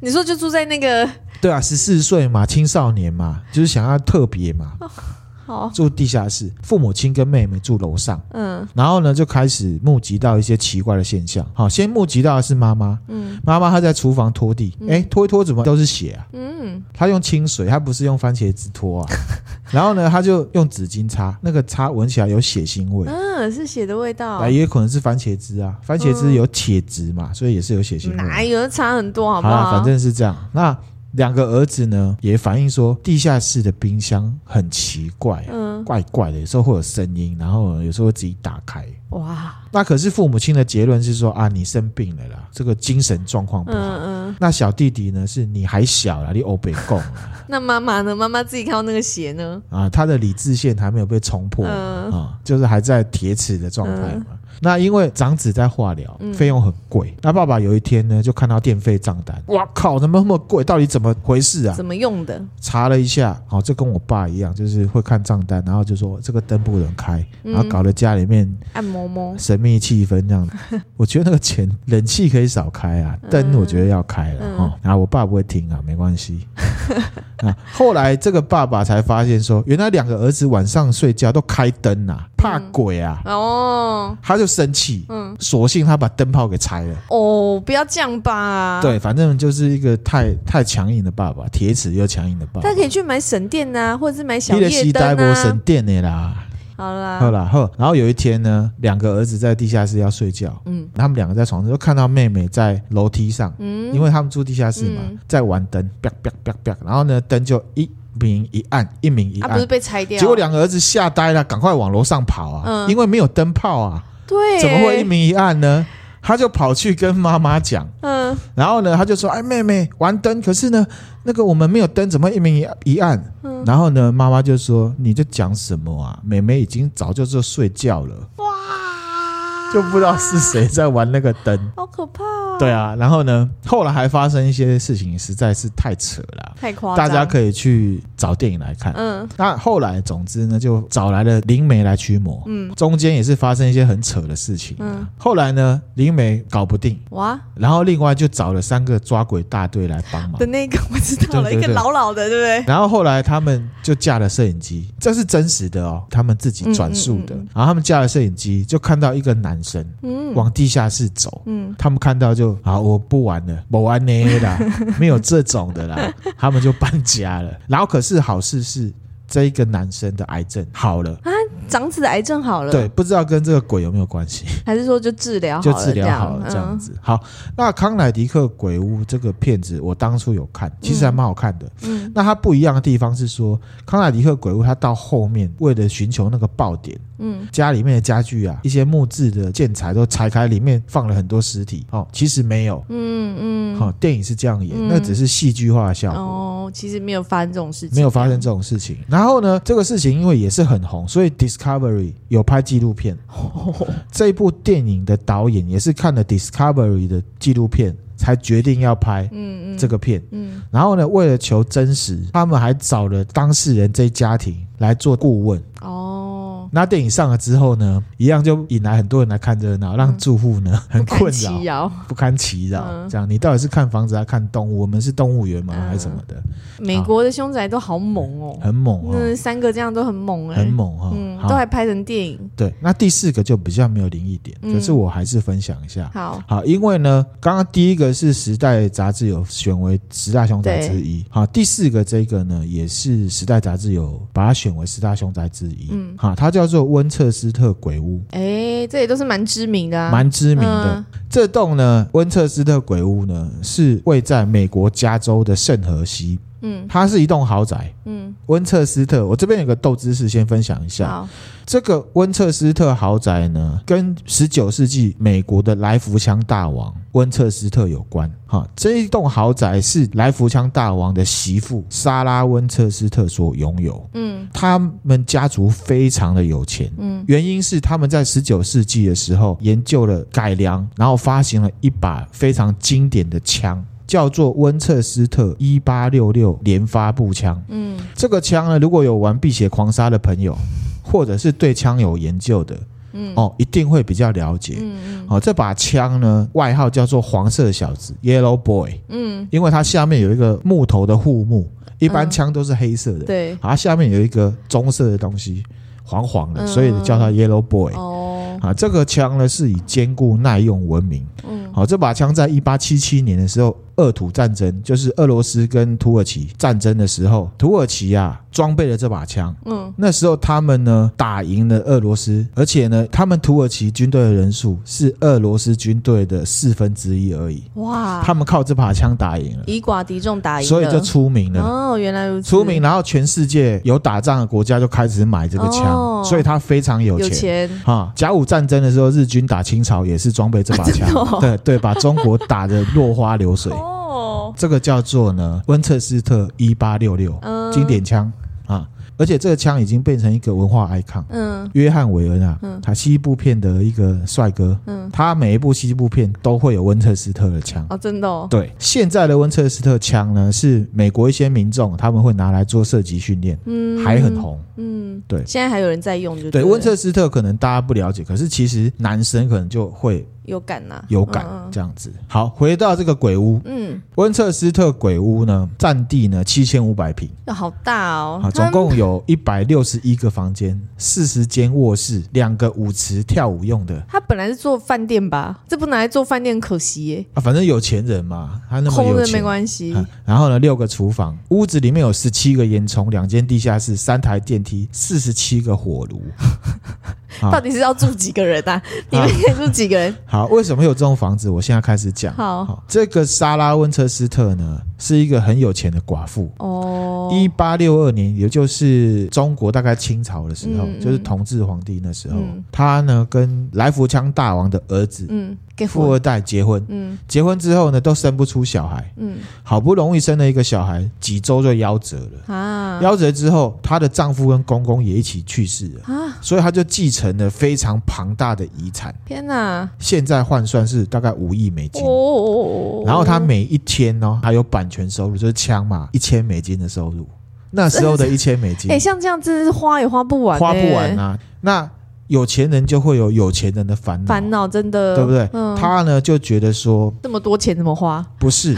Speaker 2: 你说就住在那个哦
Speaker 1: 对啊，十四岁嘛，青少年嘛，就是想要特别嘛。
Speaker 2: 好，
Speaker 1: 住地下室，父母亲跟妹妹住楼上。
Speaker 2: 嗯
Speaker 1: 然后呢，就开始目击到一些奇怪的现象。好，先目击到的是妈妈，
Speaker 2: 嗯
Speaker 1: 妈妈她在厨房拖地，
Speaker 2: 嗯
Speaker 1: 哎、拖一拖怎么都是血啊？
Speaker 2: 嗯，
Speaker 1: 她用清水，她不是用番茄汁拖啊。 然后呢，她就用纸巾擦，那个擦闻起来有血腥味，
Speaker 2: 嗯，是血的味道
Speaker 1: 啊，，也可能是番茄汁啊，番茄汁有铁质嘛，所以也是有血腥味。
Speaker 2: 哪有差很多，嗯好不
Speaker 1: 啦
Speaker 2: 好？
Speaker 1: 反正是这样。那两个儿子呢，也反映说地下室的冰箱很奇怪、啊，
Speaker 2: 嗯，
Speaker 1: 怪怪的，有时候会有声音，然后有时候会自己打开。
Speaker 2: 哇，
Speaker 1: 那可是父母亲的结论是说啊，你生病了啦，这个精神状况不好。
Speaker 2: 嗯嗯，
Speaker 1: 那小弟弟呢，是你还小啦，你欧北共啦
Speaker 2: 那妈妈呢？妈妈自己看到那个血呢？
Speaker 1: 啊，他的理智线还没有被冲破啊、
Speaker 2: 嗯
Speaker 1: 就是还在铁齿的状态嘛。那因为长子在化疗，
Speaker 2: 嗯
Speaker 1: 费用很贵。那爸爸有一天呢，就看到电费账单，哇靠，怎么那么贵？到底怎么回事啊？
Speaker 2: 嗯怎么用的？
Speaker 1: 查了一下，哦，这跟我爸一样，就是会看账单，然后就说这个灯不能开，
Speaker 2: 嗯
Speaker 1: 然后搞得家里面
Speaker 2: 按摩摩，
Speaker 1: 神秘气氛这 样。我觉得那个钱冷气可以少开啊，灯我觉得要开了
Speaker 2: 嗯
Speaker 1: 哦。然后我爸不会听啊，没关 系。啊，后来这个爸爸才发现说，原来两个儿子晚上睡觉都开灯
Speaker 2: 嗯
Speaker 1: 啊，怕鬼啊，
Speaker 2: 哦
Speaker 1: 他就生气，
Speaker 2: 嗯，
Speaker 1: 索性他把灯泡给拆了。
Speaker 2: 哦，不要这样吧。，
Speaker 1: 对，反正就是一个太太强硬的爸爸，铁齿又强硬的爸爸
Speaker 2: 他。可以去买省电呐，或者是买小
Speaker 1: 你的
Speaker 2: 夜
Speaker 1: 西呆
Speaker 2: 灯
Speaker 1: 波省
Speaker 2: 啊。
Speaker 1: 电的啦，
Speaker 2: 好
Speaker 1: 好
Speaker 2: 啦，啊
Speaker 1: 啦好。然后有一天呢，两个儿子在地下室要睡觉，
Speaker 2: 嗯
Speaker 1: 他们两个在床上就看到妹妹在楼梯上，
Speaker 2: 嗯，
Speaker 1: 因为他们住地下室嘛，
Speaker 2: 嗯
Speaker 1: 在玩灯，啪啪啪啪，然后呢灯就一明一暗，一明一
Speaker 2: 啊，
Speaker 1: 暗。
Speaker 2: 不是被拆掉？
Speaker 1: 结果两个儿子吓呆了，赶快往楼上跑啊！
Speaker 2: 嗯
Speaker 1: 因为没有灯泡啊，
Speaker 2: 对，
Speaker 1: 怎么会一？明一暗呢？他就跑去跟妈妈讲，
Speaker 2: 嗯
Speaker 1: 然后呢，他就说：“哎，妹妹，玩灯，可是呢，那个我们没有灯，怎么一明一一暗？”
Speaker 2: 嗯
Speaker 1: 然后呢，妈妈就说：“你在讲什么啊？妹妹已经早就就睡觉了，
Speaker 2: 哇，
Speaker 1: 就不知道是谁在玩那个灯。”
Speaker 2: 好可怕哦，
Speaker 1: 对啊，然后呢，后来还发生一些事情，实在是太扯了，
Speaker 2: 太夸
Speaker 1: 大
Speaker 2: 张。
Speaker 1: 家可以去找电影来看。
Speaker 2: 嗯
Speaker 1: 那后来，总之呢，就找来了灵媒来驱魔，
Speaker 2: 嗯，
Speaker 1: 中间也是发生一些很扯的事情。啊
Speaker 2: 嗯
Speaker 1: 后来呢，灵媒搞不定，
Speaker 2: 哇
Speaker 1: 然后另外就找了三个抓鬼大队来帮忙
Speaker 2: 的。那个我知道了，
Speaker 1: 对对对
Speaker 2: 一个老老的，对不
Speaker 1: 然后后来他们就架了摄影机，这是真实的哦，他们自己转述的。
Speaker 2: 嗯嗯嗯
Speaker 1: 然后他们架了摄影机，就看到一个男生
Speaker 2: 对？嗯
Speaker 1: 往地下室走，
Speaker 2: 嗯
Speaker 1: 他们看到就啊，我不玩了，不玩呢 啦，没有这种的啦，他们就搬家了。然后可是好事是，这一个男生的癌症好了，
Speaker 2: 啊，长子的癌症好了，
Speaker 1: 对，，不知道跟这个鬼有没有关系，
Speaker 2: 还是说就治疗
Speaker 1: 就治疗好
Speaker 2: 好
Speaker 1: 了
Speaker 2: 了
Speaker 1: 这样
Speaker 2: 样嗯
Speaker 1: 子。好，那康乃迪克鬼屋这个片子，我当初有看，其实还蛮好看的。
Speaker 2: 嗯
Speaker 1: 那它不一样的地方是说，康乃迪克鬼屋它到后面为了寻求那个爆点，
Speaker 2: 嗯
Speaker 1: 家里面的家具啊，一些木质的建材都拆开，里面放了很多尸体。哦，其实没有，
Speaker 2: 嗯
Speaker 1: 好、电影是这样演，
Speaker 2: 嗯
Speaker 1: 那只是戏剧化的效
Speaker 2: 嗯，
Speaker 1: 果。
Speaker 2: 哦，其实没有发生这种事情，
Speaker 1: 没有发生这种事情。然后呢，这个事情因为也是很红，所以 Discovery 有拍纪录片。这一部电影的导演也是看了 Discovery 的纪录片，才决定要拍
Speaker 2: 嗯嗯，
Speaker 1: 这个片。
Speaker 2: 嗯
Speaker 1: 然后呢，为了求真实，他们还找了当事人这一家庭来做顾问。
Speaker 2: 哦，
Speaker 1: 那电影上了之后呢，一样就引来很多人来看热
Speaker 2: 嗯
Speaker 1: 闹，让住户呢很
Speaker 2: 看
Speaker 1: 困扰。啊
Speaker 2: 奇谣，
Speaker 1: 不堪其扰。
Speaker 2: 嗯
Speaker 1: 这样，你到底是看房子还是看动物？我们是动物园吗？
Speaker 2: 嗯
Speaker 1: 还是什么的？
Speaker 2: 美国的凶宅都好猛哦，
Speaker 1: 很猛哦，
Speaker 2: 那三个这样都很猛哎
Speaker 1: 很，猛哈、
Speaker 2: 嗯，都
Speaker 1: 好，
Speaker 2: 还拍成电影，
Speaker 1: 对，那第四个就比较没有灵异点，
Speaker 2: 嗯
Speaker 1: 可是我还是分享一下。
Speaker 2: 好，
Speaker 1: 好，因为呢，刚刚第一个是《时代》杂志有选为十大凶宅之一，好，第四个这个呢也是《时代》杂志有把它选为十大凶宅之一，
Speaker 2: 嗯
Speaker 1: 好，它叫做温彻斯特鬼屋，
Speaker 2: 哎，这也都是蛮知名的啊，
Speaker 1: 蛮知名的。
Speaker 2: 嗯
Speaker 1: 这栋呢，温彻斯特鬼屋呢是位在美国加州的圣河西，
Speaker 2: 嗯
Speaker 1: 它是一栋豪宅。
Speaker 2: 嗯，
Speaker 1: 温彻斯特，我这边有个豆知识，先分享一下。
Speaker 2: 好，
Speaker 1: 这个温彻斯特豪宅呢，跟十九世纪美国的来福枪大王温彻斯特有关。哈，这一栋豪宅是来福枪大王的媳妇莎拉温彻斯特所拥有。
Speaker 2: 嗯
Speaker 1: 他们家族非常的有钱，
Speaker 2: 嗯
Speaker 1: 原因是他们在十九世纪的时候研究了改良，然后发行了一把非常经典的枪，叫做温彻斯特一八六六连发步枪。
Speaker 2: 嗯
Speaker 1: 这个枪呢，如果有玩《碧血狂杀》的朋友，或者是对枪有研究的，
Speaker 2: 嗯
Speaker 1: 哦，一定会比较了解。
Speaker 2: 嗯嗯
Speaker 1: 哦，这把枪呢，外号叫做黄色小子 （Yellow Boy），
Speaker 2: 嗯，
Speaker 1: 因为它下面有一个木头的护木，一般枪都是黑色的，
Speaker 2: 对，
Speaker 1: 啊，下面有一个棕色的东西，黄黄的，
Speaker 2: 嗯
Speaker 1: 所以你叫它 Yellow Boy。
Speaker 2: 哦，
Speaker 1: 啊，这个枪呢是以坚固耐用闻名。
Speaker 2: 嗯，
Speaker 1: 好、这把枪在一八七七年的时候，俄土战争就是俄罗斯跟土耳其战争的时候，土耳其啊装备了这把枪。
Speaker 2: 嗯，
Speaker 1: 那时候他们呢打赢了俄罗斯，而且呢，他们土耳其军队的人数是俄罗斯军队的四分之一而已。
Speaker 2: 哇，
Speaker 1: 他们靠这把枪打赢了，
Speaker 2: 以寡敌众打赢了，
Speaker 1: 所以就出名了。
Speaker 2: 哦，原来如此，
Speaker 1: 出名，然后全世界有打仗的国家就开始买这个枪，
Speaker 2: 哦
Speaker 1: 所以他非常有
Speaker 2: 有
Speaker 1: 钱。
Speaker 2: 钱，
Speaker 1: 啊，甲午战争的时候，日军打清朝也是装备这把枪，
Speaker 2: 真的哦
Speaker 1: 对对，把中国打得落花流水。
Speaker 2: 哦，
Speaker 1: 这个叫做呢温彻斯特一八六六
Speaker 2: 嗯
Speaker 1: 经，典枪啊，而且这个枪已经变成一个文化 icon。
Speaker 2: 嗯
Speaker 1: 约翰·韦恩啊，
Speaker 2: 嗯
Speaker 1: 他西部片的一个帅哥，
Speaker 2: 嗯，
Speaker 1: 他每一部西部片都会有温彻斯特的枪。
Speaker 2: 哦，真的哦，
Speaker 1: 对，现在的温彻斯特枪呢，是美国一些民众他们会拿来做射击训练，
Speaker 2: 嗯，
Speaker 1: 还很，红。
Speaker 2: 嗯，
Speaker 1: 对
Speaker 2: 现在还有人在用就了，
Speaker 1: 对，温彻斯特可能大家不了解，可是其实男生可能就会
Speaker 2: 有感呐，
Speaker 1: 有感
Speaker 2: 嗯
Speaker 1: 这样子。好，回到这个鬼屋，
Speaker 2: 嗯，
Speaker 1: 温彻斯特鬼屋呢，占地呢七千五百平，
Speaker 2: 那好大哦，
Speaker 1: 好，总共有一百六十一个房间，四十间卧室，两个舞池跳舞用的
Speaker 2: 他本来是做饭店吧，这不拿来做饭店可惜耶，
Speaker 1: 啊，反正有钱人嘛，他那么
Speaker 2: 空
Speaker 1: 有
Speaker 2: 的
Speaker 1: 钱
Speaker 2: 没。关系，
Speaker 1: 啊然后呢，六个厨房，屋子里面有十七个烟囱，两间地下室，三台电梯，四十七个火炉。啊
Speaker 2: 到底是要住几个人 啊？你们可以住几个人？
Speaker 1: 好，为什么有这种房子？我现在开始讲。
Speaker 2: 好
Speaker 1: 这个莎拉温彻斯特呢，是一个很有钱的寡妇。
Speaker 2: 哦，
Speaker 1: 一八六二年，也就是中国大概清朝的时候，
Speaker 2: 嗯嗯
Speaker 1: 就是同治皇帝那时候，
Speaker 2: 嗯
Speaker 1: 他呢跟来福枪大王的儿子、
Speaker 2: 嗯，给
Speaker 1: 富
Speaker 2: 我，
Speaker 1: 二代结婚。
Speaker 2: 嗯
Speaker 1: 结婚之后呢，都生不出小孩，
Speaker 2: 嗯
Speaker 1: 好不容易生了一个小孩，几周就夭折了。
Speaker 2: 啊
Speaker 1: 夭折之后，她的丈夫跟公公也一起去世 了，
Speaker 2: 啊，
Speaker 1: 所以她就继承了非常庞大的遗产，
Speaker 2: 天哪！
Speaker 1: 现在换算是大概五亿美金。
Speaker 2: 哦，
Speaker 1: 然后她每一天哦，还有版权收入，就是枪嘛，一千美金的收入。那时候的一千美金，
Speaker 2: 哎、像这样真的是哎花也花不完、欸
Speaker 1: 花不完，啊。那有钱人就会有有钱人的烦恼，
Speaker 2: 烦恼真的，
Speaker 1: 对不对？
Speaker 2: 嗯，
Speaker 1: 他呢就觉得说
Speaker 2: 这么多钱怎么花？
Speaker 1: 不 是，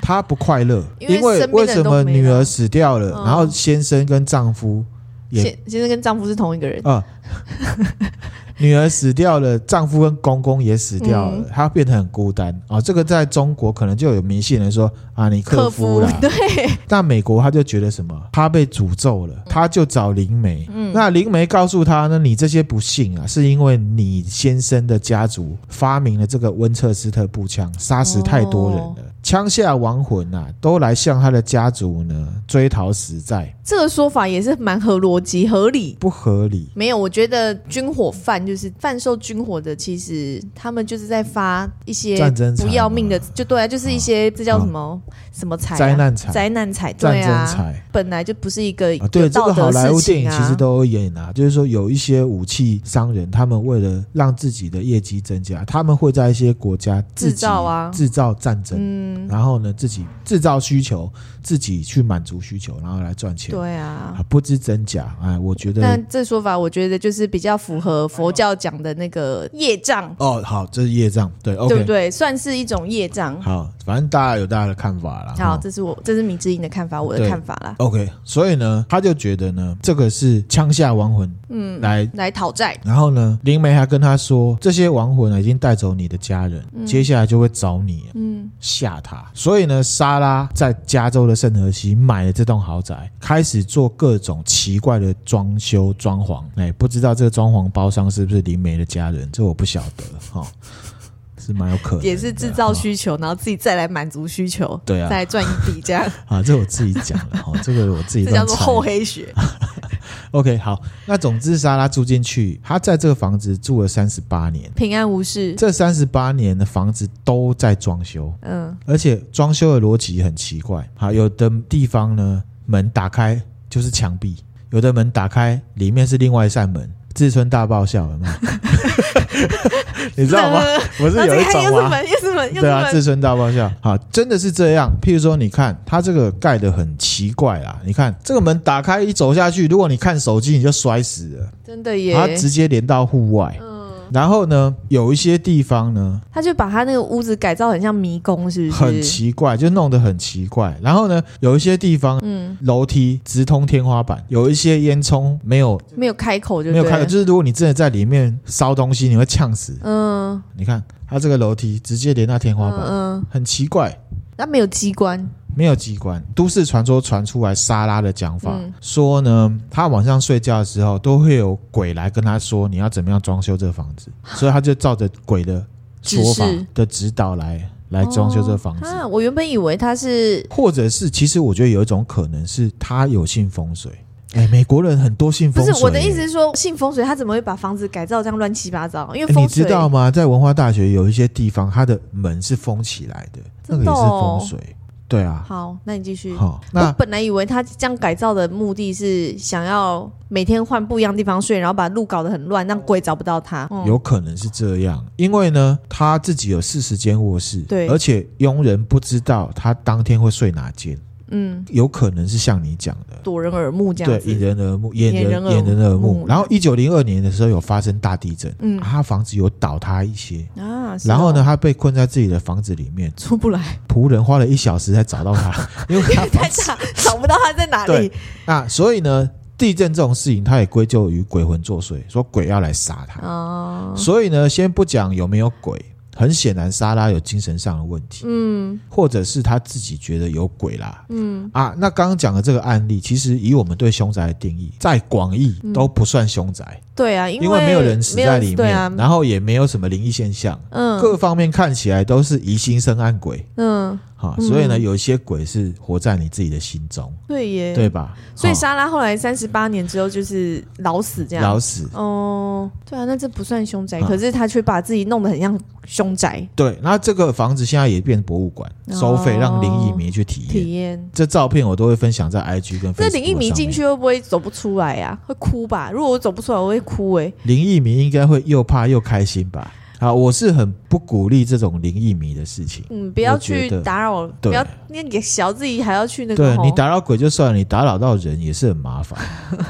Speaker 1: 他不快乐，
Speaker 2: 因为
Speaker 1: 因为
Speaker 2: 身边
Speaker 1: 为
Speaker 2: 的
Speaker 1: 什
Speaker 2: 人都
Speaker 1: 么
Speaker 2: 没
Speaker 1: 女
Speaker 2: 了
Speaker 1: 儿死掉了，
Speaker 2: 嗯
Speaker 1: 然后先生跟丈夫也
Speaker 2: 先先生跟丈夫是同一个人，
Speaker 1: 啊。 女儿死掉了，丈夫跟公公也死掉
Speaker 2: 嗯
Speaker 1: 了，她变得很孤单啊、哦。这个在中国可能就有迷信人说啊，你克夫啦。
Speaker 2: 对，
Speaker 1: 但美国他就觉得什么，他被诅咒
Speaker 2: 嗯
Speaker 1: 了，他就找灵媒。那灵媒告诉他呢，你这些不幸啊，是因为你先生的家族发明了这个温彻斯特步枪，杀死太多
Speaker 2: 哦
Speaker 1: 人了，枪下亡魂啊，都来向他的家族呢追讨死债，
Speaker 2: 这个说法也是蛮合逻辑、合理。
Speaker 1: 不合理。
Speaker 2: 没有，我觉得军火贩就是贩售军火的，其实他们就是在发一些
Speaker 1: 战争财
Speaker 2: 不要命的，就对啊，就是一些这叫什么什么财啊，
Speaker 1: 灾难财、
Speaker 2: 灾难财，
Speaker 1: 战
Speaker 2: 对
Speaker 1: 争
Speaker 2: 啊，
Speaker 1: 财。
Speaker 2: 本来就不是一个
Speaker 1: 啊，对
Speaker 2: 有
Speaker 1: 这
Speaker 2: 道
Speaker 1: 个好
Speaker 2: 德
Speaker 1: 莱
Speaker 2: 事
Speaker 1: 坞电
Speaker 2: 情
Speaker 1: 影其
Speaker 2: 啊
Speaker 1: 实。都有演啊，就是说有一些武器商人，他们为了让自己的业绩增加，他们会在一些国家自己
Speaker 2: 制造啊
Speaker 1: 制造战争，
Speaker 2: 嗯，
Speaker 1: 然后呢，自己制造需求，自己去满足需求，然后来赚钱。
Speaker 2: 对啊
Speaker 1: 啊，，不知真假，哎，我觉得
Speaker 2: 但这说法我觉得就是比较符合佛教讲的那个业障，
Speaker 1: 哦，好，这是业障，对，OK，
Speaker 2: 对不对？算是一种业障。
Speaker 1: 好，反正大家有大家的看法啦。
Speaker 2: 好，
Speaker 1: 哈
Speaker 2: 这是我这是米之音的看法，我
Speaker 1: 对
Speaker 2: 的看法啦。
Speaker 1: OK，所以呢，他就觉得呢，这个是枪下亡魂，嗯，来。
Speaker 2: 来讨债，
Speaker 1: 然后呢，灵媒还跟他说，这些亡魂啊呢已经带走你的家人，接下来就会找你啊
Speaker 2: 嗯，
Speaker 1: 吓他。所以呢，莎拉在加州的圣荷西买了这栋豪宅，开始做各种奇怪的装修装潢。哎，不知道这个装潢包商是不是灵媒的家人，这我不晓得哈、是蛮有可能的
Speaker 2: 也是制造需求，然后自己再来满足需求，
Speaker 1: 啊对啊
Speaker 2: 再来赚一笔，这样
Speaker 1: 啊，这我自己讲了 哈、这个我自己
Speaker 2: 这叫
Speaker 1: 乱
Speaker 2: 做
Speaker 1: 猜
Speaker 2: 厚黑学。
Speaker 1: OK，好，那总之莎拉住进去，她在这个房子住了三十八年，
Speaker 2: 平安无事，
Speaker 1: 这三十八年的房子都在装修，
Speaker 2: 嗯，
Speaker 1: 而且装修的逻辑很奇怪，好，有的地方呢门打开就是墙壁，有的门打开里面是另外一扇门。自春大爆笑 有没有？你知道吗？我是
Speaker 2: 然后
Speaker 1: 有
Speaker 2: 这
Speaker 1: 一
Speaker 2: 个还
Speaker 1: 种
Speaker 2: 又是
Speaker 1: 啊，
Speaker 2: 门，又是门，又是
Speaker 1: 对啊，
Speaker 2: 门，
Speaker 1: 自春大爆笑，好，真的是这样。譬如说，你看它这个盖的很奇怪啦，你看这个门打开一走下去，如果你看手机，你就摔死了，
Speaker 2: 真的耶
Speaker 1: 它，直接连到户外。
Speaker 2: 嗯，
Speaker 1: 然后呢，有一些地方呢
Speaker 2: 他就把他那个屋子改造很像迷宫，是不是？
Speaker 1: 很奇怪，就弄得很奇怪。然后呢，有一些地方
Speaker 2: 嗯，
Speaker 1: 楼梯直通天花板，有一些烟囱没有
Speaker 2: 没有开口就
Speaker 1: 没有
Speaker 2: 对
Speaker 1: 开，
Speaker 2: 了
Speaker 1: 就是如果你真的在里面烧东西，你会呛死。
Speaker 2: 嗯
Speaker 1: 你看它这个楼梯直接连到天花
Speaker 2: 嗯
Speaker 1: 板，
Speaker 2: 嗯，
Speaker 1: 很奇怪。
Speaker 2: 那没有机关，
Speaker 1: 没有机关。都市传说传出来莎拉的讲法、
Speaker 2: 嗯
Speaker 1: 说呢，她晚上睡觉的时候都会有鬼来跟她说你要怎么样装修这房子，所以她就照着鬼的说法
Speaker 2: 指示
Speaker 1: 的指导来来装修这房子。
Speaker 2: 哦啊我原本以为他是
Speaker 1: 或者是，其实我觉得有一种可能是她有信风水。哎，美国人很多信
Speaker 2: 不
Speaker 1: 风
Speaker 2: 是
Speaker 1: 水。哎
Speaker 2: 我的意思是说，信风水他怎么会把房子改造这样乱七八糟？因为
Speaker 1: 哎。你
Speaker 2: 风
Speaker 1: 知
Speaker 2: 水
Speaker 1: 道吗？在文化大学有一些地方，它的门是封起来的，那个
Speaker 2: 真
Speaker 1: 也是
Speaker 2: 的哦
Speaker 1: 风水。对啊，
Speaker 2: 好，那你继续。
Speaker 1: 好，
Speaker 2: 我
Speaker 1: 那
Speaker 2: 本来以为他这样改造的目的是想要每天换不一样地方睡，然后把路搞得很乱，让鬼找不到他。嗯
Speaker 1: 有可能是这样，因为呢，他自己有四十间卧室，
Speaker 2: 对
Speaker 1: 而且佣人不知道他当天会睡哪间，
Speaker 2: 嗯，
Speaker 1: 有可能是像你讲的，
Speaker 2: 躲人耳目这
Speaker 1: 对
Speaker 2: 样，
Speaker 1: 引
Speaker 2: 子。
Speaker 1: 人耳目，掩
Speaker 2: 掩
Speaker 1: 人
Speaker 2: 人耳
Speaker 1: 掩人耳目
Speaker 2: 目。
Speaker 1: 然后一九零二年的时候有发生大地震，
Speaker 2: 嗯
Speaker 1: 啊他房子有倒塌一些，
Speaker 2: 啊，是哦
Speaker 1: 然后呢，他被困在自己的房子里面，
Speaker 2: 出不来，
Speaker 1: 仆人花了一小时才找到 他，因为 他
Speaker 2: 太
Speaker 1: 房子
Speaker 2: 大，找不到他在哪里
Speaker 1: 对。啊，所以呢，地震这种事情他也归咎于鬼魂作祟，说鬼要来杀他。
Speaker 2: 哦，
Speaker 1: 所以呢，先不讲有没有鬼，很显然莎拉有精神上的问题，
Speaker 2: 嗯
Speaker 1: 或者是她自己觉得有鬼啦。
Speaker 2: 嗯，
Speaker 1: 啊，那刚刚讲的这个案例，其实以我们对凶宅的定义，在广义都不算凶宅，
Speaker 2: 对啊，嗯因
Speaker 1: 因为没有人死在里
Speaker 2: 对
Speaker 1: 面，
Speaker 2: 啊，
Speaker 1: 然后也没有什么灵异现象，
Speaker 2: 嗯
Speaker 1: 各方面看起来都是疑心生暗鬼
Speaker 2: 嗯，
Speaker 1: 哈、
Speaker 2: 嗯
Speaker 1: 所以呢，有一些鬼是活在你自己的心中，
Speaker 2: 对耶，
Speaker 1: 对吧？
Speaker 2: 所以啊
Speaker 1: 哈
Speaker 2: 莎拉后来三十八年之后就是老死这样。
Speaker 1: 老死
Speaker 2: 哦，对啊，那这不算凶宅，
Speaker 1: 啊
Speaker 2: 可是他却把自己弄得很像凶宅
Speaker 1: 对，那这个房子现在也变博物馆，收费让灵异迷去体验。
Speaker 2: 哦体验。
Speaker 1: 这照片我都会分享在 IG 跟 Facebook
Speaker 2: 这灵异迷
Speaker 1: 上面
Speaker 2: 进，去会不会走不出来呀、会哭吧？如果我走不出来，我会哭哎、
Speaker 1: 灵异迷应该会又怕又开心吧？啊，我是很不鼓励这种灵异迷的事情。
Speaker 2: 嗯，不要
Speaker 1: 我觉
Speaker 2: 去
Speaker 1: 得
Speaker 2: 打扰，
Speaker 1: 对
Speaker 2: 不要那个小自己还要去那个
Speaker 1: 对
Speaker 2: 吼。
Speaker 1: 你打扰鬼就算了，你打扰到人也是很麻 烦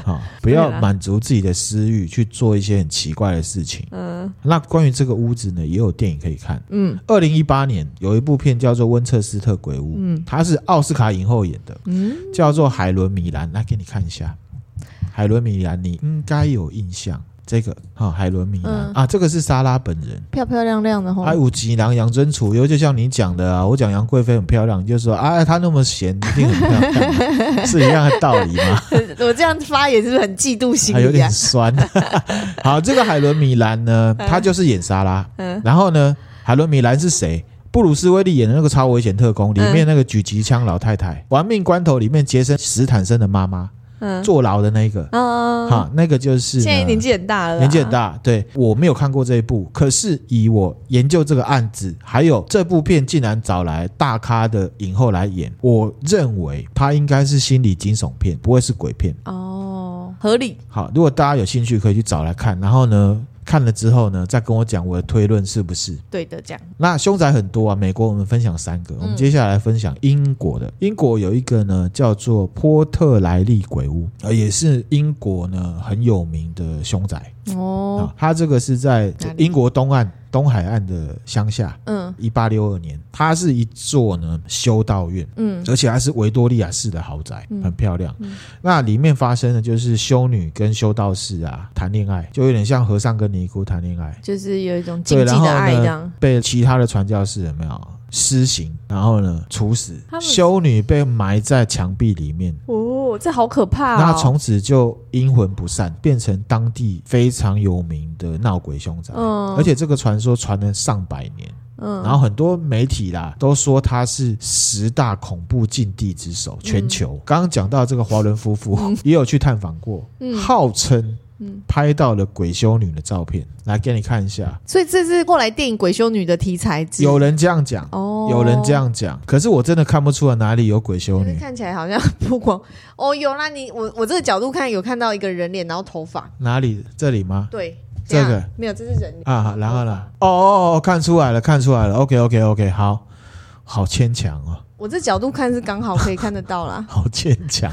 Speaker 1: 啊！不要
Speaker 2: 对啦
Speaker 1: 满足自己的私欲去做一些很奇怪的事情。
Speaker 2: 嗯
Speaker 1: 那关于这个屋子呢，也有电影可以看。
Speaker 2: 嗯
Speaker 1: 二零一八年有一部片叫做《温彻斯特鬼屋》，
Speaker 2: 嗯
Speaker 1: 它是奥斯卡影后演的，
Speaker 2: 嗯，
Speaker 1: 叫做海伦米兰，来给你看一下。海伦米兰，你应该有印象这个哈、海伦米兰、
Speaker 2: 嗯
Speaker 1: 啊，这个是莎拉本人。
Speaker 2: 漂漂亮亮的吼。
Speaker 1: 还哎有吉郎杨真楚，尤就像你讲的啊，我讲杨贵妃很漂亮，你就说啊，她那么闲，一定很漂 亮，是一样的道理吗？
Speaker 2: 我这样发言是不是很嫉妒心
Speaker 1: 还有
Speaker 2: 理啊
Speaker 1: 点？酸。 好，这个海伦米兰呢，她就是演莎拉，
Speaker 2: 嗯
Speaker 1: 然后呢，海伦米兰是谁？布鲁斯威利演的那个《超危险特工》里
Speaker 2: 嗯
Speaker 1: 面那个狙击枪老太太，玩命关头》里面杰森史坦森的妈妈，
Speaker 2: 嗯
Speaker 1: 坐牢的那个，
Speaker 2: 嗯，
Speaker 1: 哈，那个就是呢
Speaker 2: 现在年纪很大了啦，
Speaker 1: 年纪很大，对我没有看过这一部，可是以我研究这个案子，还有这部片竟然找来大咖的影后来演，我认为它应该是心理惊悚片，不会是鬼片。
Speaker 2: 哦，合理。
Speaker 1: 好，如果大家有兴趣，可以去找来看，然后呢，看了之后呢，再跟我讲我的推论是不是。
Speaker 2: 对的，这样
Speaker 1: 那凶宅很多啊，美国我们分享三个，我们接下来分享英国的。英国有一个呢叫做波特莱利鬼屋，呃，也是英国呢很有名的凶宅。
Speaker 2: 哦
Speaker 1: 啊，，它这个是在
Speaker 2: 哪里
Speaker 1: 英国东岸东海岸的乡下。
Speaker 2: 嗯
Speaker 1: 一八六二年，它是一座呢修道院，
Speaker 2: 嗯
Speaker 1: 而且它是维多利亚式的豪宅，
Speaker 2: 嗯
Speaker 1: 很漂亮。
Speaker 2: 嗯
Speaker 1: 那里面发生的就是修女跟修道士啊谈恋爱，就有点像和尚跟尼姑谈恋爱，
Speaker 2: 就是有一种禁
Speaker 1: 对，
Speaker 2: 忌
Speaker 1: 然后
Speaker 2: 的爱这
Speaker 1: 呢
Speaker 2: 样。
Speaker 1: 被其他的传教士有没有施行，然后呢处死，
Speaker 2: 他们
Speaker 1: 修女被埋在墙壁里面，
Speaker 2: 哦，这好可怕
Speaker 1: 那
Speaker 2: 哦！
Speaker 1: 从此就阴魂不散，变成当地非常有名的闹鬼凶宅。
Speaker 2: 嗯
Speaker 1: 而且这个传说传了上百年，
Speaker 2: 嗯，
Speaker 1: 然后很多媒体啦都说它是十大恐怖禁地之首，
Speaker 2: 嗯
Speaker 1: 全球。刚刚讲到这个华伦夫妇、 也有去探访过，
Speaker 2: 嗯
Speaker 1: 号称
Speaker 2: 嗯
Speaker 1: 拍到了鬼修女的照片，来给你看一下。
Speaker 2: 所以这是过来电影《鬼修女》的题材之
Speaker 1: 有人这样讲，
Speaker 2: 哦，
Speaker 1: 有人这，样讲，可是我真的看不出来哪里有鬼修
Speaker 2: 就是
Speaker 1: 女，
Speaker 2: 看起来好像 不光哦，有啦，你我我这个角度看有看到一个人脸，然后头发，
Speaker 1: 哪里这里吗？
Speaker 2: 对，
Speaker 1: 这个
Speaker 2: 样没有，这是人脸，
Speaker 1: 啊，然后呢？哦哦哦，看出来了，看出来了。OK，OK，OK，、好，好牵强哦， 。
Speaker 2: 我这角度看是刚好可以看得到啦
Speaker 1: 好牵强。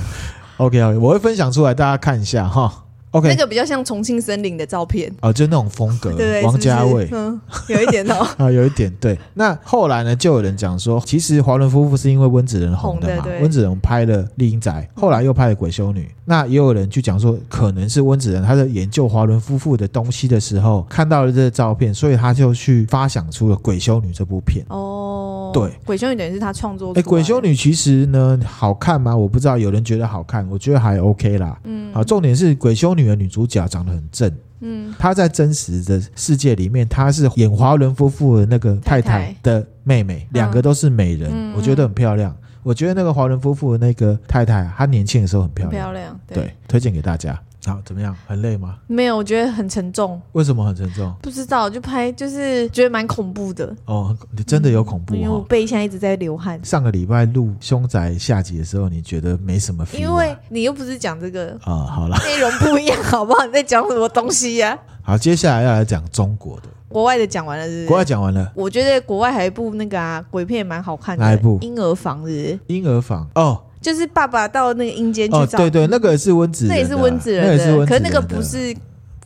Speaker 1: OK，OK，、我会分享出来，大家看一下哈。 OK，
Speaker 2: 那个比较像重庆森林的照片，
Speaker 1: 哦，就那种风格
Speaker 2: 对不 对？，
Speaker 1: 王家
Speaker 2: 是不是
Speaker 1: 卫。。
Speaker 2: 嗯，有一点哦
Speaker 1: 啊，有一点对。那后来呢，就有人讲说，其实华伦夫妇是因为温子仁红的嘛
Speaker 2: 红的，对
Speaker 1: 温子仁拍了《丽英宅》，后来又拍了《鬼修女》。那也有人去讲说，可能是温子仁他在研究华伦夫妇的东西的时候，看到了这个照片，所以他就去发想出了《鬼修女》这部片。
Speaker 2: 哦，
Speaker 1: 对，
Speaker 2: 鬼修女等于是他创作
Speaker 1: 哎，
Speaker 2: 出来
Speaker 1: 《
Speaker 2: 的。
Speaker 1: 鬼修女》其实呢好看吗？我不知道，有人觉得好看，我觉得还 OK 啦。
Speaker 2: 嗯
Speaker 1: 啊，重点是《鬼修女》的女主角长得很正，
Speaker 2: 嗯，
Speaker 1: 她在真实的世界里面，她是演华伦夫妇的那个太
Speaker 2: 太太
Speaker 1: 太的妹妹，两个都是美人，
Speaker 2: 嗯
Speaker 1: 我觉得很漂亮。我觉得那个华伦夫妇的那个太太啊，她年轻的时候很漂
Speaker 2: 很
Speaker 1: 亮，
Speaker 2: 漂亮。
Speaker 1: 对，推荐给大家。好，怎么样？很累吗？
Speaker 2: 没有，我觉得很沉重。
Speaker 1: 为什么很沉重？
Speaker 2: 不知道，就拍就是觉得蛮恐怖的，
Speaker 1: 哦，你真的有恐怖
Speaker 2: 嗯因为我
Speaker 1: 哦。
Speaker 2: 背现在一直在流汗。
Speaker 1: 上个礼拜录《凶宅》下集的时候，你觉得没什么 feel 啊？
Speaker 2: 因为你又不是讲这个
Speaker 1: 啊、好啦，
Speaker 2: 内容不一样，好不好？你在讲什么东西呀、
Speaker 1: 好，接下来要来讲中国的，
Speaker 2: 国外的讲完了，是不是？
Speaker 1: 国外讲完了，
Speaker 2: 我觉得国外还有一部那个啊鬼片也蛮好看的，
Speaker 1: 哪一部
Speaker 2: 婴儿房是不是
Speaker 1: 婴儿房哦，
Speaker 2: 就是爸爸到那个阴间去
Speaker 1: 哦，
Speaker 2: 找，
Speaker 1: 对对，那个也是温子仁的
Speaker 2: 那
Speaker 1: 啊，
Speaker 2: 也是温子仁
Speaker 1: 那
Speaker 2: 的，
Speaker 1: 也是温子
Speaker 2: 可
Speaker 1: 仁
Speaker 2: 是
Speaker 1: 的
Speaker 2: 那个不是，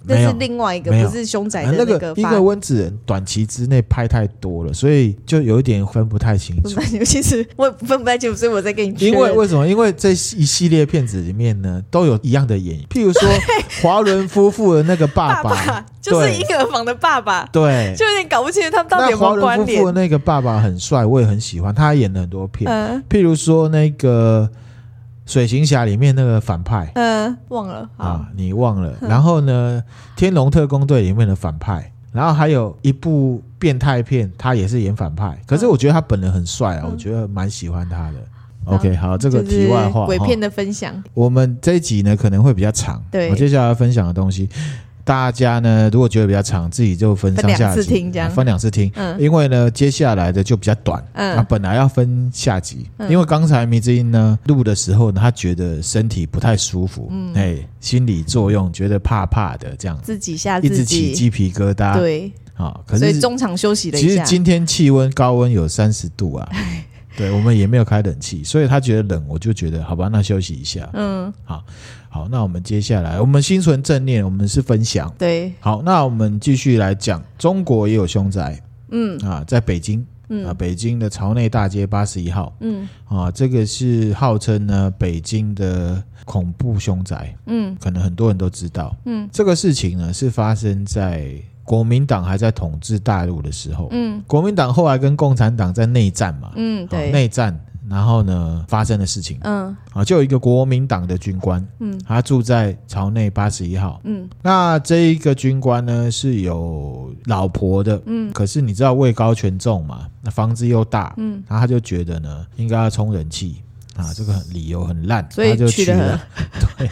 Speaker 2: 那
Speaker 1: 没有
Speaker 2: 是另外一个，
Speaker 1: 没有
Speaker 2: 不是凶宅
Speaker 1: 啊
Speaker 2: 的
Speaker 1: 那
Speaker 2: 个
Speaker 1: 因
Speaker 2: 爸
Speaker 1: 为。温子仁短期之内拍太多了，所以就有一点分不太 清楚。
Speaker 2: 其实我也分不太清楚，所以我在跟你确
Speaker 1: 因
Speaker 2: 认
Speaker 1: 为为什么？因为这一系列片子里面呢，都有一样的 演员，譬如说华伦夫妇的那个爸
Speaker 2: 爸爸就是婴儿房的爸爸，
Speaker 1: 对，
Speaker 2: 就有点搞不清楚他们到底
Speaker 1: 那
Speaker 2: 有没
Speaker 1: 华
Speaker 2: 有
Speaker 1: 伦
Speaker 2: 关
Speaker 1: 夫
Speaker 2: 联
Speaker 1: 妇的。那个爸爸很帅，我也很喜欢，他还演了很多片，
Speaker 2: 嗯
Speaker 1: 譬如说那个《水行侠》里面那个反派
Speaker 2: 嗯，忘了好，
Speaker 1: 啊，你忘了，然后呢，《天龙特工队》里面的反派。然后还有一部变态片，他也是演反派，可是我觉得他本人很帅啊，
Speaker 2: 嗯
Speaker 1: 我觉得蛮喜欢他的。
Speaker 2: 嗯
Speaker 1: OK，好，这个
Speaker 2: 就是
Speaker 1: 题外话，
Speaker 2: 鬼
Speaker 1: 哈
Speaker 2: 片的分享，
Speaker 1: 我们这一集呢可能会比较长，
Speaker 2: 对
Speaker 1: 我接下来分享的东西，大家呢如果觉得比较长，自己就分上下
Speaker 2: 分两次
Speaker 1: 集
Speaker 2: 听这样
Speaker 1: 啊分两次听，
Speaker 2: 嗯
Speaker 1: 因为呢接下来的就比较短。啊，
Speaker 2: 嗯
Speaker 1: 本来要分下集，
Speaker 2: 嗯
Speaker 1: 因为刚才迷之音呢录的时候呢，他觉得身体不太舒服，
Speaker 2: 嗯
Speaker 1: 哎，心理作用，觉得怕怕的这样，
Speaker 2: 自己吓
Speaker 1: 一
Speaker 2: 自
Speaker 1: 直起
Speaker 2: 己，
Speaker 1: 鸡皮疙瘩，
Speaker 2: 对，
Speaker 1: 啊，可
Speaker 2: 所以
Speaker 1: 是
Speaker 2: 中场休息了
Speaker 1: 其
Speaker 2: 一
Speaker 1: 实
Speaker 2: 下，
Speaker 1: 今天气温高温有三十度 啊，对我们也没有开冷气，所以他觉得冷，我就觉得好吧，那休息一下，
Speaker 2: 嗯，
Speaker 1: 好，那我们接下来，我们心存正念，我们是分享。
Speaker 2: 对，
Speaker 1: 好，那我们继续来讲，中国也有凶宅
Speaker 2: 嗯
Speaker 1: 啊，在北京啊，
Speaker 2: 嗯
Speaker 1: 北京的朝内大街八十一号
Speaker 2: 嗯
Speaker 1: 啊，这个是号称呢北京的恐怖凶宅，
Speaker 2: 嗯
Speaker 1: 可能很多人都知道。
Speaker 2: 嗯
Speaker 1: 这个事情呢是发生在国民党还在统治大陆的时候，
Speaker 2: 嗯
Speaker 1: 国民党后来跟共产党在内战嘛，
Speaker 2: 嗯，
Speaker 1: 啊
Speaker 2: 对，
Speaker 1: 内战，然后呢发生的事情
Speaker 2: 嗯
Speaker 1: 啊，就有一个国民党的军官，
Speaker 2: 嗯
Speaker 1: 他住在朝内八十一号。
Speaker 2: 嗯
Speaker 1: 那这一个军官呢是有老婆的，
Speaker 2: 嗯
Speaker 1: 可是你知道位高权重嘛，那房子又大，
Speaker 2: 嗯，
Speaker 1: 然后他就觉得呢应该要充人气啊，这个很理由很烂，
Speaker 2: 所以
Speaker 1: 他就
Speaker 2: 娶
Speaker 1: 娶
Speaker 2: 了
Speaker 1: 了，对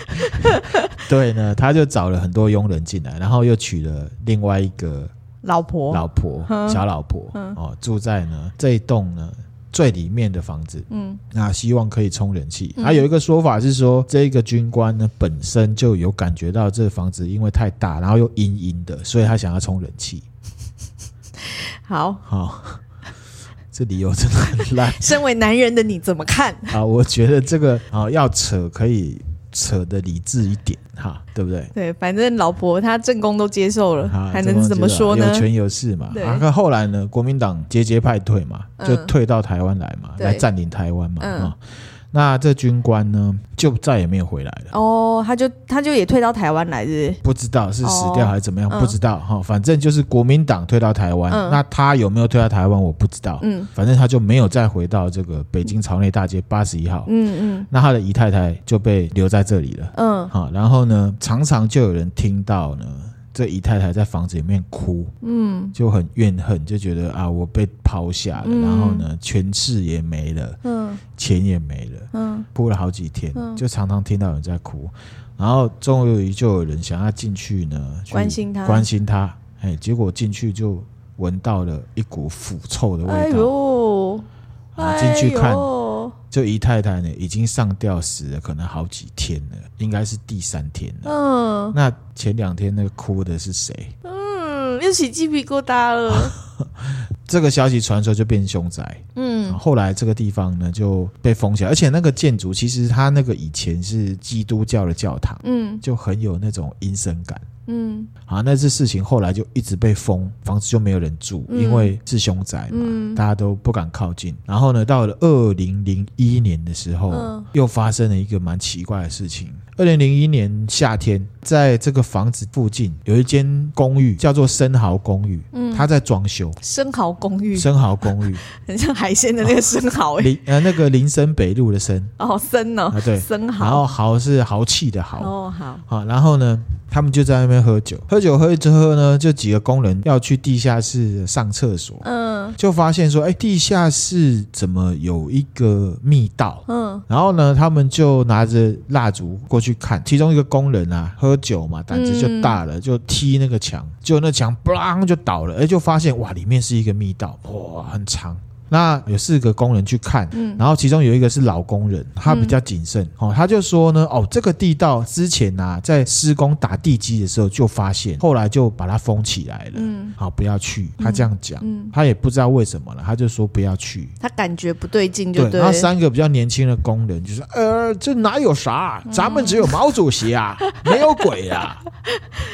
Speaker 1: 对呢，他就找了很多佣人进来，然后又娶了另外一个
Speaker 2: 老婆，
Speaker 1: 老婆，
Speaker 2: 嗯
Speaker 1: 小老婆
Speaker 2: 嗯
Speaker 1: 哦，住在呢这一栋呢最里面的房子，
Speaker 2: 嗯
Speaker 1: 那希望可以充人气。
Speaker 2: 嗯
Speaker 1: 啊，有一个说法是说，这个军官呢本身就有感觉到这房子因为太大，然后又阴阴的，所以他想要充人气。
Speaker 2: 好，
Speaker 1: 好、 这理由真的很 烂
Speaker 2: 身为男人的你怎么看？
Speaker 1: 啊！我觉得这个啊要扯可以扯的理智一点哈，对不对？
Speaker 2: 对，反正老婆她正宫都接受了，
Speaker 1: 啊，
Speaker 2: 还
Speaker 1: 这个
Speaker 2: 能
Speaker 1: 我
Speaker 2: 怎么
Speaker 1: 知道
Speaker 2: 说呢
Speaker 1: 有？权有势嘛。
Speaker 2: 对
Speaker 1: 啊，可后来呢，国民党节节败退嘛，
Speaker 2: 嗯
Speaker 1: 就退到台湾来嘛，
Speaker 2: 对
Speaker 1: 来占领台湾嘛
Speaker 2: 嗯
Speaker 1: 啊。那这军官呢，就再也没有回来了。
Speaker 2: 哦，他就他就也退到台湾来，是
Speaker 1: 不知道是死掉还是怎么样，
Speaker 2: 哦嗯
Speaker 1: 不知道哈。反正就是国民党退到台湾，
Speaker 2: 嗯
Speaker 1: 那他有没有退到台湾，我不知道
Speaker 2: 不。是？嗯
Speaker 1: 反正他就没有再回到这个北京朝内大街八十一号。
Speaker 2: 嗯
Speaker 1: 那他的姨太太就被留在这里了。
Speaker 2: 嗯
Speaker 1: 好，然后呢，常常就有人听到呢，这姨太太在房子里面哭，
Speaker 2: 嗯
Speaker 1: 就很怨恨，就觉得啊，我被抛下了，
Speaker 2: 嗯
Speaker 1: 然后呢，权势也没了，
Speaker 2: 嗯
Speaker 1: 钱也没了。
Speaker 2: 嗯
Speaker 1: 哭了好几天，
Speaker 2: 嗯
Speaker 1: 就常常听到有人在哭，然后终于就有人想要进去呢，去
Speaker 2: 关心他
Speaker 1: 关心他，哎，结果进去就闻到了一股腐臭的
Speaker 2: 嗯，哎
Speaker 1: 味道，
Speaker 2: 呦，
Speaker 1: 啊，
Speaker 2: 哎
Speaker 1: 进去看，
Speaker 2: 呦
Speaker 1: 这姨太太呢已经上吊死了，可能好几天了，应该是第三天了。
Speaker 2: 嗯
Speaker 1: 那前两天那个哭的是谁？啊
Speaker 2: 嗯，又起鸡皮疙瘩了，
Speaker 1: 这个消息传出来就变凶宅。
Speaker 2: 嗯
Speaker 1: 后来这个地方呢就被封起来，而且那个建筑其实它那个以前是基督教的教堂，
Speaker 2: 嗯
Speaker 1: 就很有那种阴森感。
Speaker 2: 嗯
Speaker 1: 啊，那次事情后来就一直被封，房子就没有人住，
Speaker 2: 嗯
Speaker 1: 因为是凶宅嘛，
Speaker 2: 嗯
Speaker 1: 大家都不敢靠近。然后呢，到了二零零一年的时候，
Speaker 2: 嗯
Speaker 1: 又发生了一个蛮奇怪的事情。二零零一年夏天，在这个房子附近有一间公寓，叫做生蚝公寓，
Speaker 2: 嗯，
Speaker 1: 它在装修。
Speaker 2: 生蚝公寓
Speaker 1: 生蚝 公寓，
Speaker 2: 很像海鲜的那个生蚝哎、
Speaker 1: 林呃那个林森北路的森，
Speaker 2: 哦生呢、
Speaker 1: 啊对
Speaker 2: 生
Speaker 1: 然后
Speaker 2: 蚝
Speaker 1: 豪是豪气的豪，
Speaker 2: 哦好
Speaker 1: 好，啊然后呢，他们就在那边喝酒，喝酒喝一直喝呢，就几个工人要去地下室上厕所，
Speaker 2: 嗯
Speaker 1: 就发现说，哎，地下室怎么有一个密道？
Speaker 2: 嗯
Speaker 1: 然后呢，他们就拿着蜡烛过去看，其中一个工人啊，喝酒嘛，胆子就大
Speaker 2: 嗯
Speaker 1: 了，就踢那个墙，就那墙咣就倒了，哎，就发现哇，里面是一个密道，哇，很长。那有四个工人去看，
Speaker 2: 嗯
Speaker 1: 然后其中有一个是老工人，他比较谨慎、哦，他就说呢，哦，这个地道之前啊，在施工打地基的时候就发现，后来就把它封起来了，
Speaker 2: 嗯
Speaker 1: 好、不要去，他这样讲，
Speaker 2: 嗯，
Speaker 1: 他也不知道为什么了，他就说不要去。
Speaker 2: 他感觉不对劲就
Speaker 1: 对，
Speaker 2: 嗯对
Speaker 1: 然后
Speaker 2: 了，
Speaker 1: 三个比较年轻的工人就说：“呃，这哪有啥？啊
Speaker 2: 嗯
Speaker 1: 咱们只有毛主席 啊，没有鬼啊。”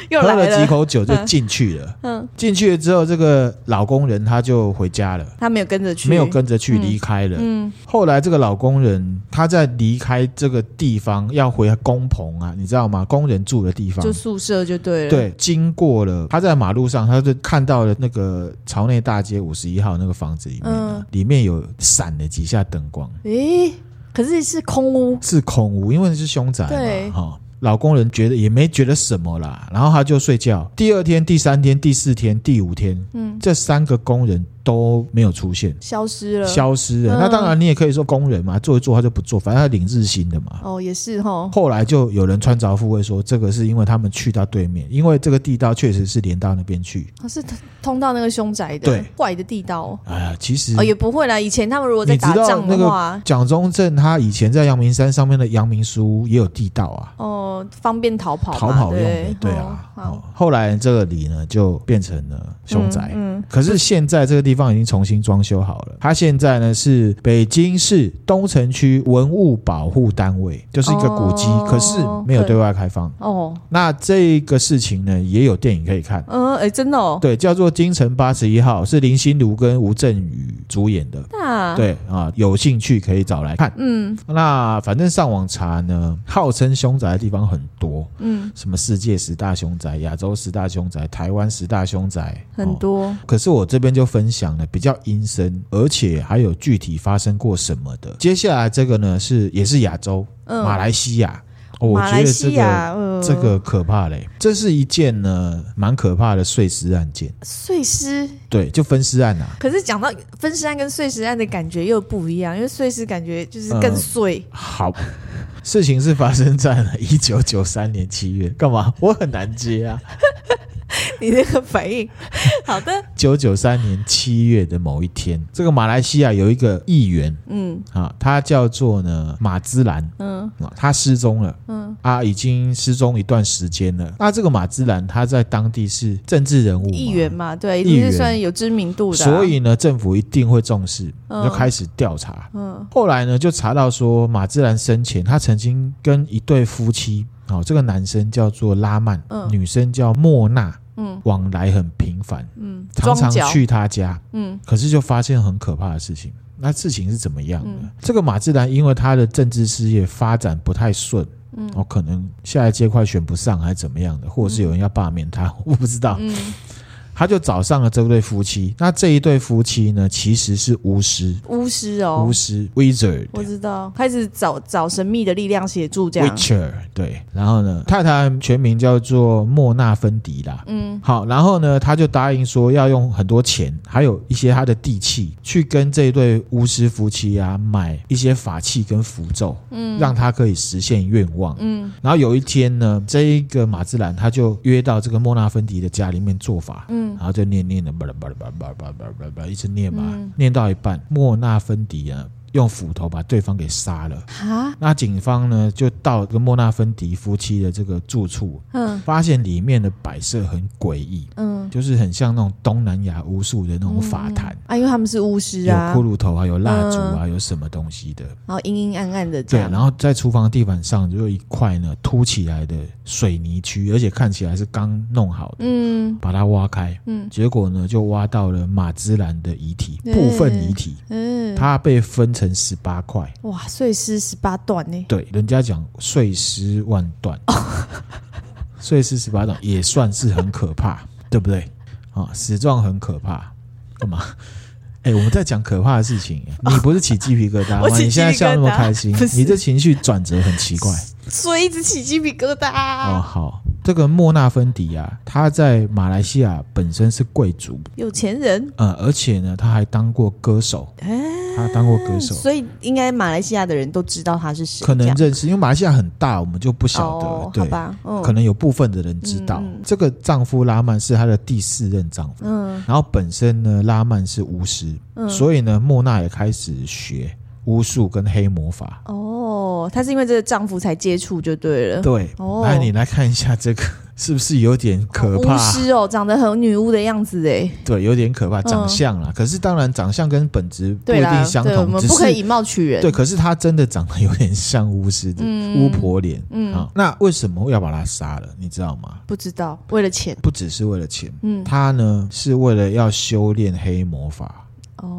Speaker 2: 又
Speaker 1: 喝
Speaker 2: 来
Speaker 1: 了几
Speaker 2: 了，
Speaker 1: 口酒就进去了。
Speaker 2: 嗯，
Speaker 1: 进去了之后，这个老工人他就回家了，
Speaker 2: 他没有跟着去，
Speaker 1: 没有跟着去
Speaker 2: 嗯
Speaker 1: 离开了。
Speaker 2: 嗯
Speaker 1: 后来这个老工人他在离开这个地方要回工棚啊，你知道吗？工人住的地方
Speaker 2: 就。宿舍就对了，
Speaker 1: 对，经过了，他在马路上，他就看到了那个朝内大街五十一号那个房子里面、啊，
Speaker 2: 嗯
Speaker 1: 里面有闪了几下灯光，
Speaker 2: 诶、可是是空屋，
Speaker 1: 是空屋，因为是凶宅
Speaker 2: 对
Speaker 1: 嘛，哈、老工人觉得也没觉得什么啦，然后他就睡觉。第二天、第三天、第四天、第五天，
Speaker 2: 嗯，
Speaker 1: 这三个工人都没有出现，
Speaker 2: 消失了，
Speaker 1: 消失了。
Speaker 2: 嗯
Speaker 1: 那当然，你也可以说工人嘛，做一做他就不做，反正他领日薪的嘛。
Speaker 2: 哦也是哈，
Speaker 1: 后来就有人穿凿附会说，这个是因为他们去到对面，因为这个地道确实是连到那边去。
Speaker 2: 哦是通通到那个凶宅的，
Speaker 1: 对
Speaker 2: 坏的地道哦。
Speaker 1: 哎呀，其实
Speaker 2: 哦，也不会啦。以前他们如果在
Speaker 1: 你知
Speaker 2: 打
Speaker 1: 道
Speaker 2: 仗
Speaker 1: 那
Speaker 2: 的
Speaker 1: 个
Speaker 2: 话，
Speaker 1: 蒋中正他以前在阳明山上面的阳明书屋也有地道啊。
Speaker 2: 哦，方便逃跑嘛，
Speaker 1: 逃跑用的
Speaker 2: 对，
Speaker 1: 对啊。
Speaker 2: 哦
Speaker 1: 哦
Speaker 2: 好，
Speaker 1: 后来这个里呢就变成了凶宅。
Speaker 2: 嗯，
Speaker 1: 可是现在这个地方已经重新装修好了，它现在呢是北京市东城区文物保护单位，就是一个古迹，
Speaker 2: 哦
Speaker 1: 可是没有对外开放。
Speaker 2: 嗯哦，
Speaker 1: 那这个事情呢也有电影可以看，
Speaker 2: 嗯，哎，真的哦，
Speaker 1: 对，叫做《京城八十一号》，是林心如跟吴镇宇主演的。
Speaker 2: 那，
Speaker 1: 对啊，有兴趣可以找来看。
Speaker 2: 嗯
Speaker 1: 那反正上网查呢，号称凶宅的地方很多，
Speaker 2: 嗯，
Speaker 1: 什么世界十大凶宅、亚洲十大凶宅、台湾十大凶宅，
Speaker 2: 很
Speaker 1: 哦
Speaker 2: 多，
Speaker 1: 可是我这边就分享了比较阴森，而且还有具体发生过什么的。接下来这个呢是也是亚洲，
Speaker 2: 嗯，
Speaker 1: 马来西亚、哦我
Speaker 2: 马
Speaker 1: 觉
Speaker 2: 来
Speaker 1: 得这
Speaker 2: 西
Speaker 1: 个
Speaker 2: 亚，呃
Speaker 1: 这个可怕嘞，这是一件呢蛮可怕的碎尸案件，
Speaker 2: 碎尸，
Speaker 1: 对，就分尸案啊。
Speaker 2: 可是讲到分尸案跟碎尸案的感觉又不一样，因为碎尸感觉就是
Speaker 1: 嗯
Speaker 2: 更碎，
Speaker 1: 好，事情是发生在一九九三年七月，干嘛？我很难接啊。
Speaker 2: 你这个反 应，好的，
Speaker 1: 九九三年七月的某一天，这个马来西亚有一个议员
Speaker 2: 嗯
Speaker 1: 啊，他叫做呢马兹兰
Speaker 2: 嗯
Speaker 1: 啊，他失踪了
Speaker 2: 嗯，
Speaker 1: 啊，已经失踪一段时间了。那这个马兹兰他在当地是政治人物嘛，
Speaker 2: 议员嘛，对，一
Speaker 1: 议
Speaker 2: 定
Speaker 1: 员
Speaker 2: 是算有知名度的啊，
Speaker 1: 所以呢政府一定会重视，
Speaker 2: 嗯
Speaker 1: 就开始调查。
Speaker 2: 嗯
Speaker 1: 后来呢就查到说马兹兰生前他曾经跟一对夫妻，哦，这个男生叫做拉曼，
Speaker 2: 嗯
Speaker 1: 女生叫莫娜，
Speaker 2: 嗯
Speaker 1: 往来很频繁，
Speaker 2: 嗯，
Speaker 1: 常
Speaker 2: 装
Speaker 1: 常
Speaker 2: 脚，
Speaker 1: 去他家。
Speaker 2: 嗯
Speaker 1: 可是就发现很可怕的事情。那事情是怎么样的？
Speaker 2: 嗯
Speaker 1: 这个马自达因为他的政治事业发展不太顺，
Speaker 2: 嗯
Speaker 1: 哦，可能下一届快选不上，还是怎么样的，或者是有人要罢免他，我不知道。
Speaker 2: 嗯
Speaker 1: 他就找上了这对夫妻。那这一对夫妻呢，其实是巫师，
Speaker 2: 巫师哦
Speaker 1: 巫。师 （wizard）。
Speaker 2: 我知道，开始找找神秘的力量协助这样。
Speaker 1: Witcher 对，然后呢，太太全名叫做莫纳芬迪拉，
Speaker 2: 嗯
Speaker 1: 好，然后呢，他就答应说要用很多钱，还有一些他的地契，去跟这对巫师夫妻啊买一些法器跟符咒，
Speaker 2: 嗯
Speaker 1: 让他可以实现愿望。
Speaker 2: 嗯
Speaker 1: 然后有一天呢，这一个马自兰他就约到这个莫纳芬迪的家里面做法，
Speaker 2: 嗯
Speaker 1: 然后就念念的巴拉巴拉巴拉巴拉巴拉巴拉巴拉一直念嘛
Speaker 2: 嗯，
Speaker 1: 念到一半，莫纳芬迪啊。用斧头把对方给杀了。
Speaker 2: 啊，
Speaker 1: 那警方呢就到这个莫纳芬迪夫妻的这个住处，
Speaker 2: 嗯
Speaker 1: 发现里面的摆设很诡异，
Speaker 2: 嗯，
Speaker 1: 就是很像那种东南亚巫术的那种法坛。
Speaker 2: 啊，因为他们是巫师
Speaker 1: 有
Speaker 2: 啊
Speaker 1: 骷，髅头啊，有蜡烛啊，有什么东西的？
Speaker 2: 然后阴阴暗暗的这
Speaker 1: 对，
Speaker 2: 样，
Speaker 1: 然后在厨房的地板上就有一块呢凸起来的水泥区，而且看起来是刚弄好的，
Speaker 2: 嗯
Speaker 1: 把它挖开，
Speaker 2: 嗯
Speaker 1: 结果呢就挖到了马兹兰的遗体，
Speaker 2: 对
Speaker 1: 部分遗体，
Speaker 2: 嗯，
Speaker 1: 它被分成十八块。
Speaker 2: 哇，碎尸十八段呢，
Speaker 1: 对，人家讲碎尸万 段，碎尸十八段也算是很可怕，对不对？啊，死状很可怕，干嘛？哎、我们在讲可怕的事 情，你不是起鸡皮疙瘩
Speaker 2: 我
Speaker 1: 吗？
Speaker 2: 起
Speaker 1: 你现在
Speaker 2: 鸡皮
Speaker 1: 笑那么
Speaker 2: 疙瘩
Speaker 1: 开心
Speaker 2: 不，是
Speaker 1: 你这情绪转折很奇怪。
Speaker 2: 所以一直起鸡皮疙
Speaker 1: 哦，
Speaker 2: 瘩啊，
Speaker 1: 好，这个莫纳芬迪啊，他在马来西亚本身是贵族，
Speaker 2: 有钱人，
Speaker 1: 呃，而且呢，他还当过歌手，
Speaker 2: 哎，
Speaker 1: 他当过歌手，
Speaker 2: 所以应该马来西亚的人都知道他是谁，
Speaker 1: 可能
Speaker 2: 这样
Speaker 1: 认识，因为马来西亚很大，我们就不晓得，
Speaker 2: 哦，好
Speaker 1: 对。
Speaker 2: 吧，嗯，
Speaker 1: 可能有部分的人知道，
Speaker 2: 嗯嗯
Speaker 1: 这个丈夫拉曼是她的第四任丈夫，
Speaker 2: 嗯
Speaker 1: 然后本身呢，拉曼是巫师，
Speaker 2: 嗯，
Speaker 1: 所以呢，莫娜也开始学巫术跟黑魔法。
Speaker 2: 哦，她是因为这个丈夫才接触就对了，
Speaker 1: 对，
Speaker 2: 哦
Speaker 1: 来你来看一下这个 是不是有点可
Speaker 2: 巫
Speaker 1: 怕？
Speaker 2: 师哦，长得很女巫的样子哎，
Speaker 1: 对，有点可怕，长相啦。可是当然，长相跟本质不一
Speaker 2: 嗯对啦，
Speaker 1: 定相
Speaker 2: 对，我
Speaker 1: 同，
Speaker 2: 们
Speaker 1: 只
Speaker 2: 不可以以
Speaker 1: 是
Speaker 2: 貌取人，
Speaker 1: 对。可是她真的长得有点像巫师的、巫婆脸
Speaker 2: 嗯
Speaker 1: 啊。那为什么要把她杀了？你知道吗？
Speaker 2: 不知道，为了钱
Speaker 1: 不只是为了钱，
Speaker 2: 嗯
Speaker 1: 她呢是为了要修炼黑魔法。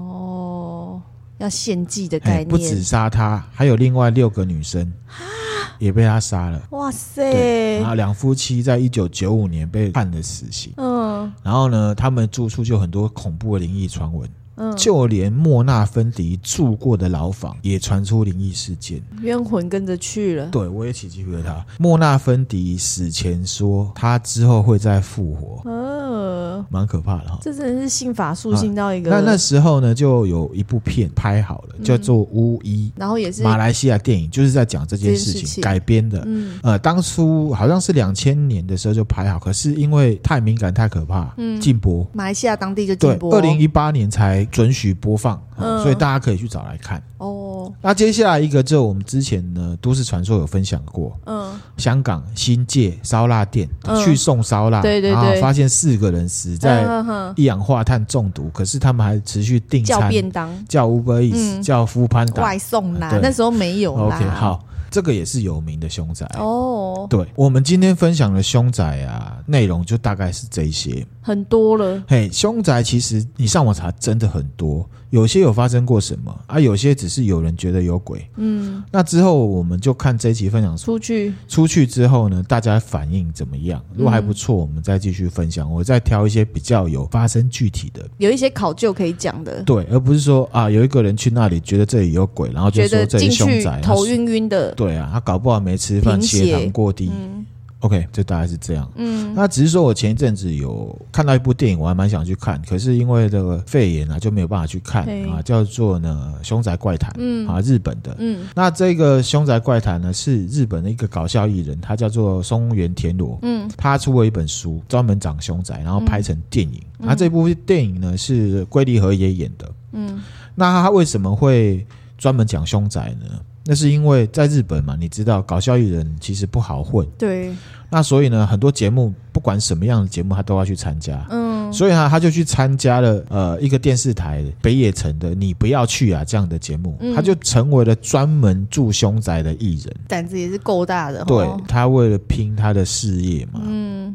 Speaker 2: 哦，要献祭的概
Speaker 1: 哎，
Speaker 2: 念。
Speaker 1: 不止杀他，还有另外六个女生
Speaker 2: 啊
Speaker 1: 也被他杀了。对，
Speaker 2: 哇
Speaker 1: 啊
Speaker 2: 塞
Speaker 1: 然，后两夫妻在一九九五年被判了死刑。
Speaker 2: 嗯
Speaker 1: 然后呢，他们住处就有很多恐怖的灵异传闻，
Speaker 2: 嗯，
Speaker 1: 就连莫纳芬迪住过的牢房也传出灵异事件。
Speaker 2: 冤魂跟着去了。
Speaker 1: 对我也起鸡皮疙瘩。莫纳芬迪死前说，他之后会再复活，
Speaker 2: 呃，
Speaker 1: 蛮可怕的哈。
Speaker 2: 这真的是信法术
Speaker 1: 啊
Speaker 2: 信到一个，
Speaker 1: 那那时候呢，就有一部片拍好了，叫做《巫医》。
Speaker 2: 然后也是
Speaker 1: 马来西亚电影就是在讲这件事
Speaker 2: 这件事
Speaker 1: 情
Speaker 2: 情
Speaker 1: 改编的，
Speaker 2: 嗯
Speaker 1: 呃，当初好像是两千年的时候就拍好，可是因为太敏感、太可怕，
Speaker 2: 嗯
Speaker 1: 禁播。
Speaker 2: 马来西亚当地就
Speaker 1: 对
Speaker 2: 禁，播，
Speaker 1: 二零一八年才准许播放、
Speaker 2: 嗯
Speaker 1: 所以大家可以去找来看。
Speaker 2: 哦，
Speaker 1: 那接下来一个，就我们之前呢，都市传说有分享过，
Speaker 2: 嗯
Speaker 1: 香港新界烧腊店、
Speaker 2: 嗯
Speaker 1: 去送烧腊，
Speaker 2: 对对
Speaker 1: 然后
Speaker 2: 对
Speaker 1: 发现四个人死在
Speaker 2: 嗯哼
Speaker 1: 一氧化碳中毒，可是他们还持续订
Speaker 2: 叫
Speaker 1: 餐，
Speaker 2: 便当
Speaker 1: 叫 Uber Eats，、
Speaker 2: 嗯
Speaker 1: 叫 f o o p a n d
Speaker 2: 外送啦
Speaker 1: 对，
Speaker 2: 那时候没有啦。
Speaker 1: OK，好，这个也是有名的凶宅。
Speaker 2: 哦，
Speaker 1: 对我们今天分享的凶宅啊，内容就大概是这些。
Speaker 2: 很多了，
Speaker 1: 嘿，凶宅其实你上网查真的很多，有些有发生过什么啊，有些只是有人觉得有鬼。
Speaker 2: 嗯，
Speaker 1: 那之后我们就看这一期分享出
Speaker 2: 出去
Speaker 1: 出去之后呢，大家反应怎么样？如果还不错，我们再继续分享。我再挑一些比较有发生具体的，
Speaker 2: 有一些考究可以讲的，
Speaker 1: 对，而不是说啊有一个人去那里觉得这里有鬼，然后就
Speaker 2: 觉
Speaker 1: 说
Speaker 2: 得
Speaker 1: 这
Speaker 2: 进
Speaker 1: 里凶
Speaker 2: 去
Speaker 1: 宅，然后
Speaker 2: 头晕晕的，
Speaker 1: 对啊，他搞不好没吃饭，
Speaker 2: 贫
Speaker 1: 血
Speaker 2: 血
Speaker 1: 糖过低。
Speaker 2: 嗯
Speaker 1: OK，就大概是这样。
Speaker 2: 嗯
Speaker 1: 那只是说我前一阵子有看到一部电影，我还蛮想去看，可是因为这个肺炎啊，就没有办法去看
Speaker 2: 对
Speaker 1: 啊，叫做呢《凶宅怪谈》
Speaker 2: 嗯
Speaker 1: 啊，日本的。
Speaker 2: 嗯
Speaker 1: 那这个《凶宅怪谈》呢，是日本的一个搞笑艺人，他叫做松原田螺。
Speaker 2: 嗯
Speaker 1: 他出了一本书，专门讲凶宅，然后拍成电影。那、这部电影呢是龟梨和也演的。
Speaker 2: 嗯
Speaker 1: 那他为什么会专门讲凶宅呢？那是因为在日本嘛，你知道搞笑艺人其实不好混，
Speaker 2: 对，
Speaker 1: 那所以呢，很多节目不管什么样的节目，他都要去参加。
Speaker 2: 嗯
Speaker 1: 所以呢，他就去参加了呃一个电视台北野城的“你不要去啊”这样的节目，
Speaker 2: 嗯
Speaker 1: 他就成为了专门住凶宅的艺人。
Speaker 2: 胆子也是够大的，
Speaker 1: 对
Speaker 2: 吼
Speaker 1: 他为了拼他的事业嘛，
Speaker 2: 哦嗯，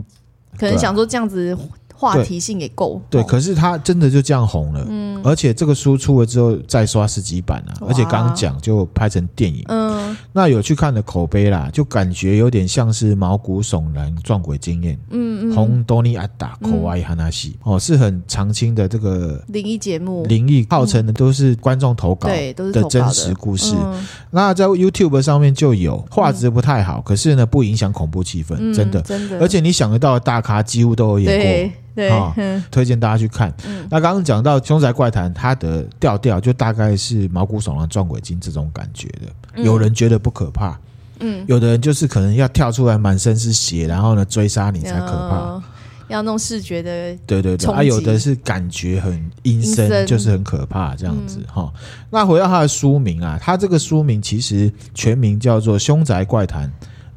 Speaker 2: 可能想说这样子话题性也够，
Speaker 1: 啊对，
Speaker 2: 吼
Speaker 1: 可是他真的就这样红了，
Speaker 2: 哦嗯
Speaker 1: 而且这个书出了之后再刷十几版啊，
Speaker 2: 哇
Speaker 1: 而且刚刚讲就拍成电影，
Speaker 2: 嗯
Speaker 1: 那有去看的口碑啦，就感觉有点像是毛骨悚然撞鬼经验，
Speaker 2: 嗯嗯，
Speaker 1: 红多尼阿达口爱哈纳西哦，是很常青的这个
Speaker 2: 灵异节目，
Speaker 1: 灵异，号称的都是观众投稿。
Speaker 2: 对，都是
Speaker 1: 的
Speaker 2: 投稿
Speaker 1: 真实故事，
Speaker 2: 嗯
Speaker 1: 那在 YouTube 上面就有，画质不太好，可是呢不影响恐怖气氛，
Speaker 2: 嗯
Speaker 1: 真的。
Speaker 2: 真的，
Speaker 1: 而且你想得到的大咖几乎都有演
Speaker 2: 对
Speaker 1: 过，
Speaker 2: 对
Speaker 1: 啊，
Speaker 2: 嗯
Speaker 1: 推荐大家去看。
Speaker 2: 嗯
Speaker 1: 那刚刚讲到《凶宅怪谈》，它的调调就大概是毛骨悚然、撞鬼经这种感觉的。
Speaker 2: 嗯
Speaker 1: 有人觉得不可怕，
Speaker 2: 嗯，
Speaker 1: 有的人就是可能要跳出来，满身是血，然后呢追杀你才可怕。
Speaker 2: 呃要弄视觉的
Speaker 1: 对对对，
Speaker 2: 冲
Speaker 1: 啊，有
Speaker 2: 击
Speaker 1: 的是感觉很阴
Speaker 2: 阴
Speaker 1: 森，
Speaker 2: 森嗯
Speaker 1: 就是很可怕这样子哈、那回到他的书名啊，他这个书名其实全名叫做《凶宅怪谈》，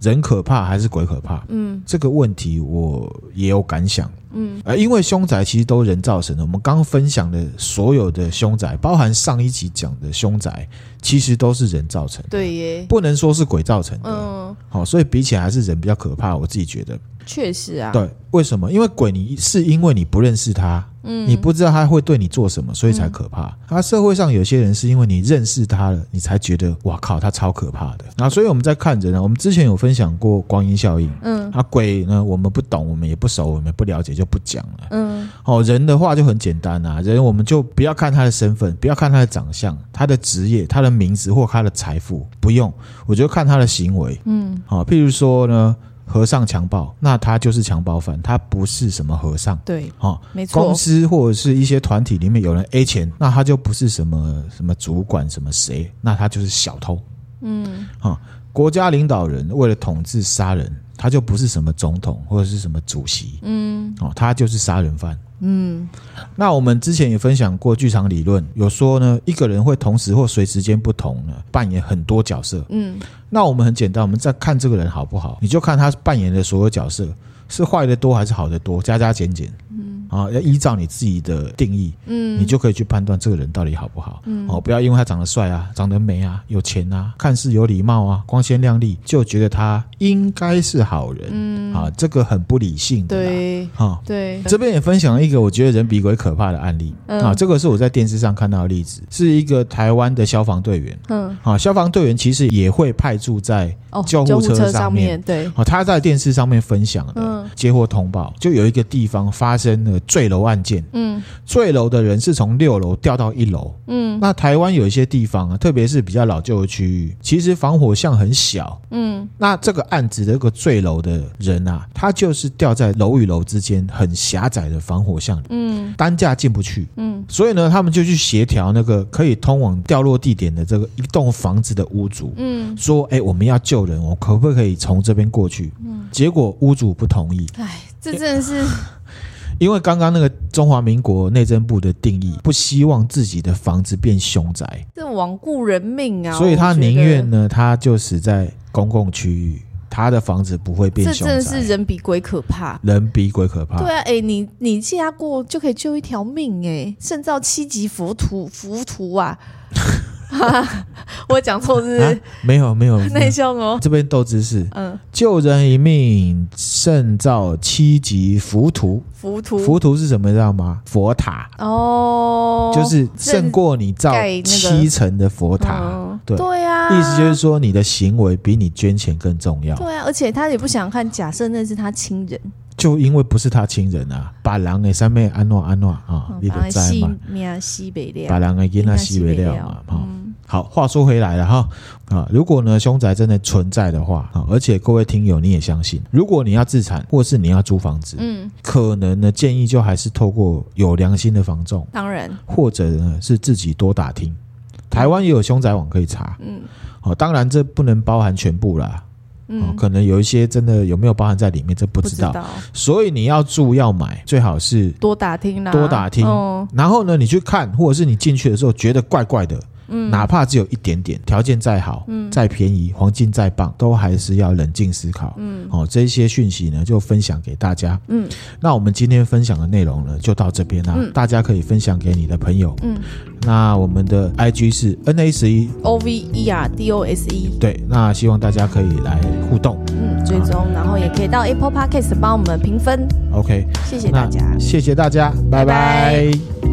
Speaker 1: 人可怕还是鬼可怕？嗯，这个问题我也有感想。嗯，呃，因为凶宅其实都人造成的，我们刚刚分享的所有的凶宅，包含上一集讲的凶宅，其实都是人造成的，
Speaker 2: 对耶，
Speaker 1: 不能说是鬼造成的。
Speaker 2: 嗯，
Speaker 1: 好、所以比起来还是人比较可怕，我自己觉得。
Speaker 2: 确实啊，
Speaker 1: 对，为什么？因为鬼你是因为你不认识他，嗯，你不知道他会对你做什么，所以才可怕。啊，社会上有些人是因为你认识他了，你才觉得哇靠，他超可怕的。然后，所以我们在看人啊，我们之前有分享过光阴效应。
Speaker 2: 嗯
Speaker 1: 啊，鬼呢，我们不懂，我们也不熟，我们也不了解，就不讲了。
Speaker 2: 嗯
Speaker 1: 哦，人的话就很简单啊，人我们就不要看他的身份，不要看他的长相、他的职业、他的名字或他的财富，不用，我就看他的行为。
Speaker 2: 嗯，
Speaker 1: 好、譬如说呢，和尚强暴，那他就是强暴犯，他不是什么和尚。
Speaker 2: 对，
Speaker 1: 哦，
Speaker 2: 没错
Speaker 1: 公，司或者是一些团体里面有人 A 钱，那他就不是什么什么主管什么谁，那他就是小偷。
Speaker 2: 嗯
Speaker 1: 哦，国家领导人为了统治杀人，他就不是什么总统或者是什么主席，
Speaker 2: 嗯
Speaker 1: 哦，他就是杀人犯。
Speaker 2: 嗯，
Speaker 1: 那我们之前也分享过剧场理论，有说呢，一个人会同时或随时间不同呢扮演很多角色。
Speaker 2: 嗯，
Speaker 1: 那我们很简单，我们再看这个人好不好，你就看他扮演的所有角色是坏的多还是好的多，加加减减。嗯，啊，要依照你自己的定义，嗯，你就可以去判断这个人到底好不好。嗯，哦，不要因为他长得帅啊、长得美啊、有钱啊、看似有礼貌啊、光鲜亮丽，就觉得他应该是好人。嗯，啊，这个很不理性的啦。
Speaker 2: 对
Speaker 1: 啊、
Speaker 2: 对，
Speaker 1: 这边也分享了一个我觉得人比鬼可怕的案例、
Speaker 2: 嗯
Speaker 1: 啊，这个是我在电视上看到的例子，是一个台湾的消防队员
Speaker 2: 嗯
Speaker 1: 啊，消防队员其实也会派驻在
Speaker 2: 哦，
Speaker 1: 救护
Speaker 2: 救
Speaker 1: 车
Speaker 2: 车
Speaker 1: 上面
Speaker 2: 面对，
Speaker 1: 啊，他在电视上面分享的
Speaker 2: 嗯
Speaker 1: 接获通报，就有一个地方发生了坠楼案件，
Speaker 2: 嗯
Speaker 1: 坠楼的人是从六楼掉到一楼。
Speaker 2: 嗯
Speaker 1: 那台湾有一些地方啊，特别是比较老旧的区域，其实防火巷很小，
Speaker 2: 嗯
Speaker 1: 那这个案子的这个坠楼的人啊，他就是掉在楼与楼之间很狭窄的防火巷里，
Speaker 2: 嗯
Speaker 1: 担架进不去。
Speaker 2: 嗯
Speaker 1: 所以呢，他们就去协调那个可以通往掉落地点的这个一栋房子的屋主，
Speaker 2: 嗯，
Speaker 1: 说：“哎、我们要救人，我可不可以从这边过去？”
Speaker 2: 嗯
Speaker 1: 结果屋主不同意，
Speaker 2: 哎，这真的是，
Speaker 1: 因为刚刚那个中华民国内政部的定义，不希望自己的房子变凶宅，
Speaker 2: 这罔顾人命啊！
Speaker 1: 所以他
Speaker 2: 我觉得
Speaker 1: 宁愿呢，他就死在公共区域，他的房子不会变
Speaker 2: 这
Speaker 1: 凶
Speaker 2: 真的是
Speaker 1: 宅。啊
Speaker 2: 人比鬼可怕。
Speaker 1: 人比鬼可怕，
Speaker 2: 对啊，哎、你你嫁过就可以救一条命、哎，圣造七级佛徒浮屠 啊！ 我讲错是不
Speaker 1: 啊
Speaker 2: 是？，
Speaker 1: 没有没有，没
Speaker 2: 内
Speaker 1: 有
Speaker 2: 向哦，
Speaker 1: 这边斗知识，
Speaker 2: 嗯，
Speaker 1: 救人一命胜造七级浮屠。
Speaker 2: 浮屠
Speaker 1: 浮屠是什么？你知道吗？佛塔。
Speaker 2: 哦，
Speaker 1: 就是胜过你造
Speaker 2: 盖那个
Speaker 1: 七层的佛塔，
Speaker 2: 嗯
Speaker 1: 对，
Speaker 2: 对啊，
Speaker 1: 意思就是说你的行为比你捐钱更重要。
Speaker 2: 对啊，而且他也不想看，假设那是他亲人，
Speaker 1: 就因为不是他亲人啊，把狼的三妹安诺安诺啊，你
Speaker 2: 哦把
Speaker 1: 的在
Speaker 2: 西
Speaker 1: 嘛，
Speaker 2: 面西北的
Speaker 1: 把狼的因那西为料嘛，哈、
Speaker 2: 嗯
Speaker 1: 好，话说回来了哈啊，如果呢凶宅真的存在的话啊，而且各位听友你也相信，如果你要自产或是你要租房子，
Speaker 2: 嗯，
Speaker 1: 可能呢建议就还是透过有良心的房仲，
Speaker 2: 当然，
Speaker 1: 或者呢是自己多打听。台湾也有凶宅网可以查，
Speaker 2: 嗯，
Speaker 1: 哦，当然这不能包含全部啦，哦
Speaker 2: 嗯，，
Speaker 1: 可能有一些真的有没有包含在里面，这不
Speaker 2: 不
Speaker 1: 知道。所以你要住要买，最好是，
Speaker 2: 多打听啦，
Speaker 1: 多打听
Speaker 2: 哦，
Speaker 1: 然后呢，你去看，或者是你进去的时候觉得怪怪的，
Speaker 2: 嗯
Speaker 1: 哪怕只有一点点，条件再好，
Speaker 2: 嗯
Speaker 1: 再便宜，黄金再棒，都还是要冷静思考。
Speaker 2: 嗯
Speaker 1: 哦，这些讯息呢，就分享给大家。
Speaker 2: 嗯
Speaker 1: 那我们今天分享的内容呢，就到这边啦、
Speaker 2: 嗯
Speaker 1: 大家可以分享给你的朋友。
Speaker 2: 嗯
Speaker 1: 那我们的 IG 是 NA 十一，
Speaker 2: ，O V E R D O S E，
Speaker 1: 对，那希望大家可以来互动。
Speaker 2: 嗯，追踪，然后也可以到 Apple Podcast 帮我们评分，
Speaker 1: OK，
Speaker 2: 谢谢大
Speaker 1: 那
Speaker 2: 家。
Speaker 1: 谢谢大家，拜
Speaker 2: 拜
Speaker 1: 拜
Speaker 2: 拜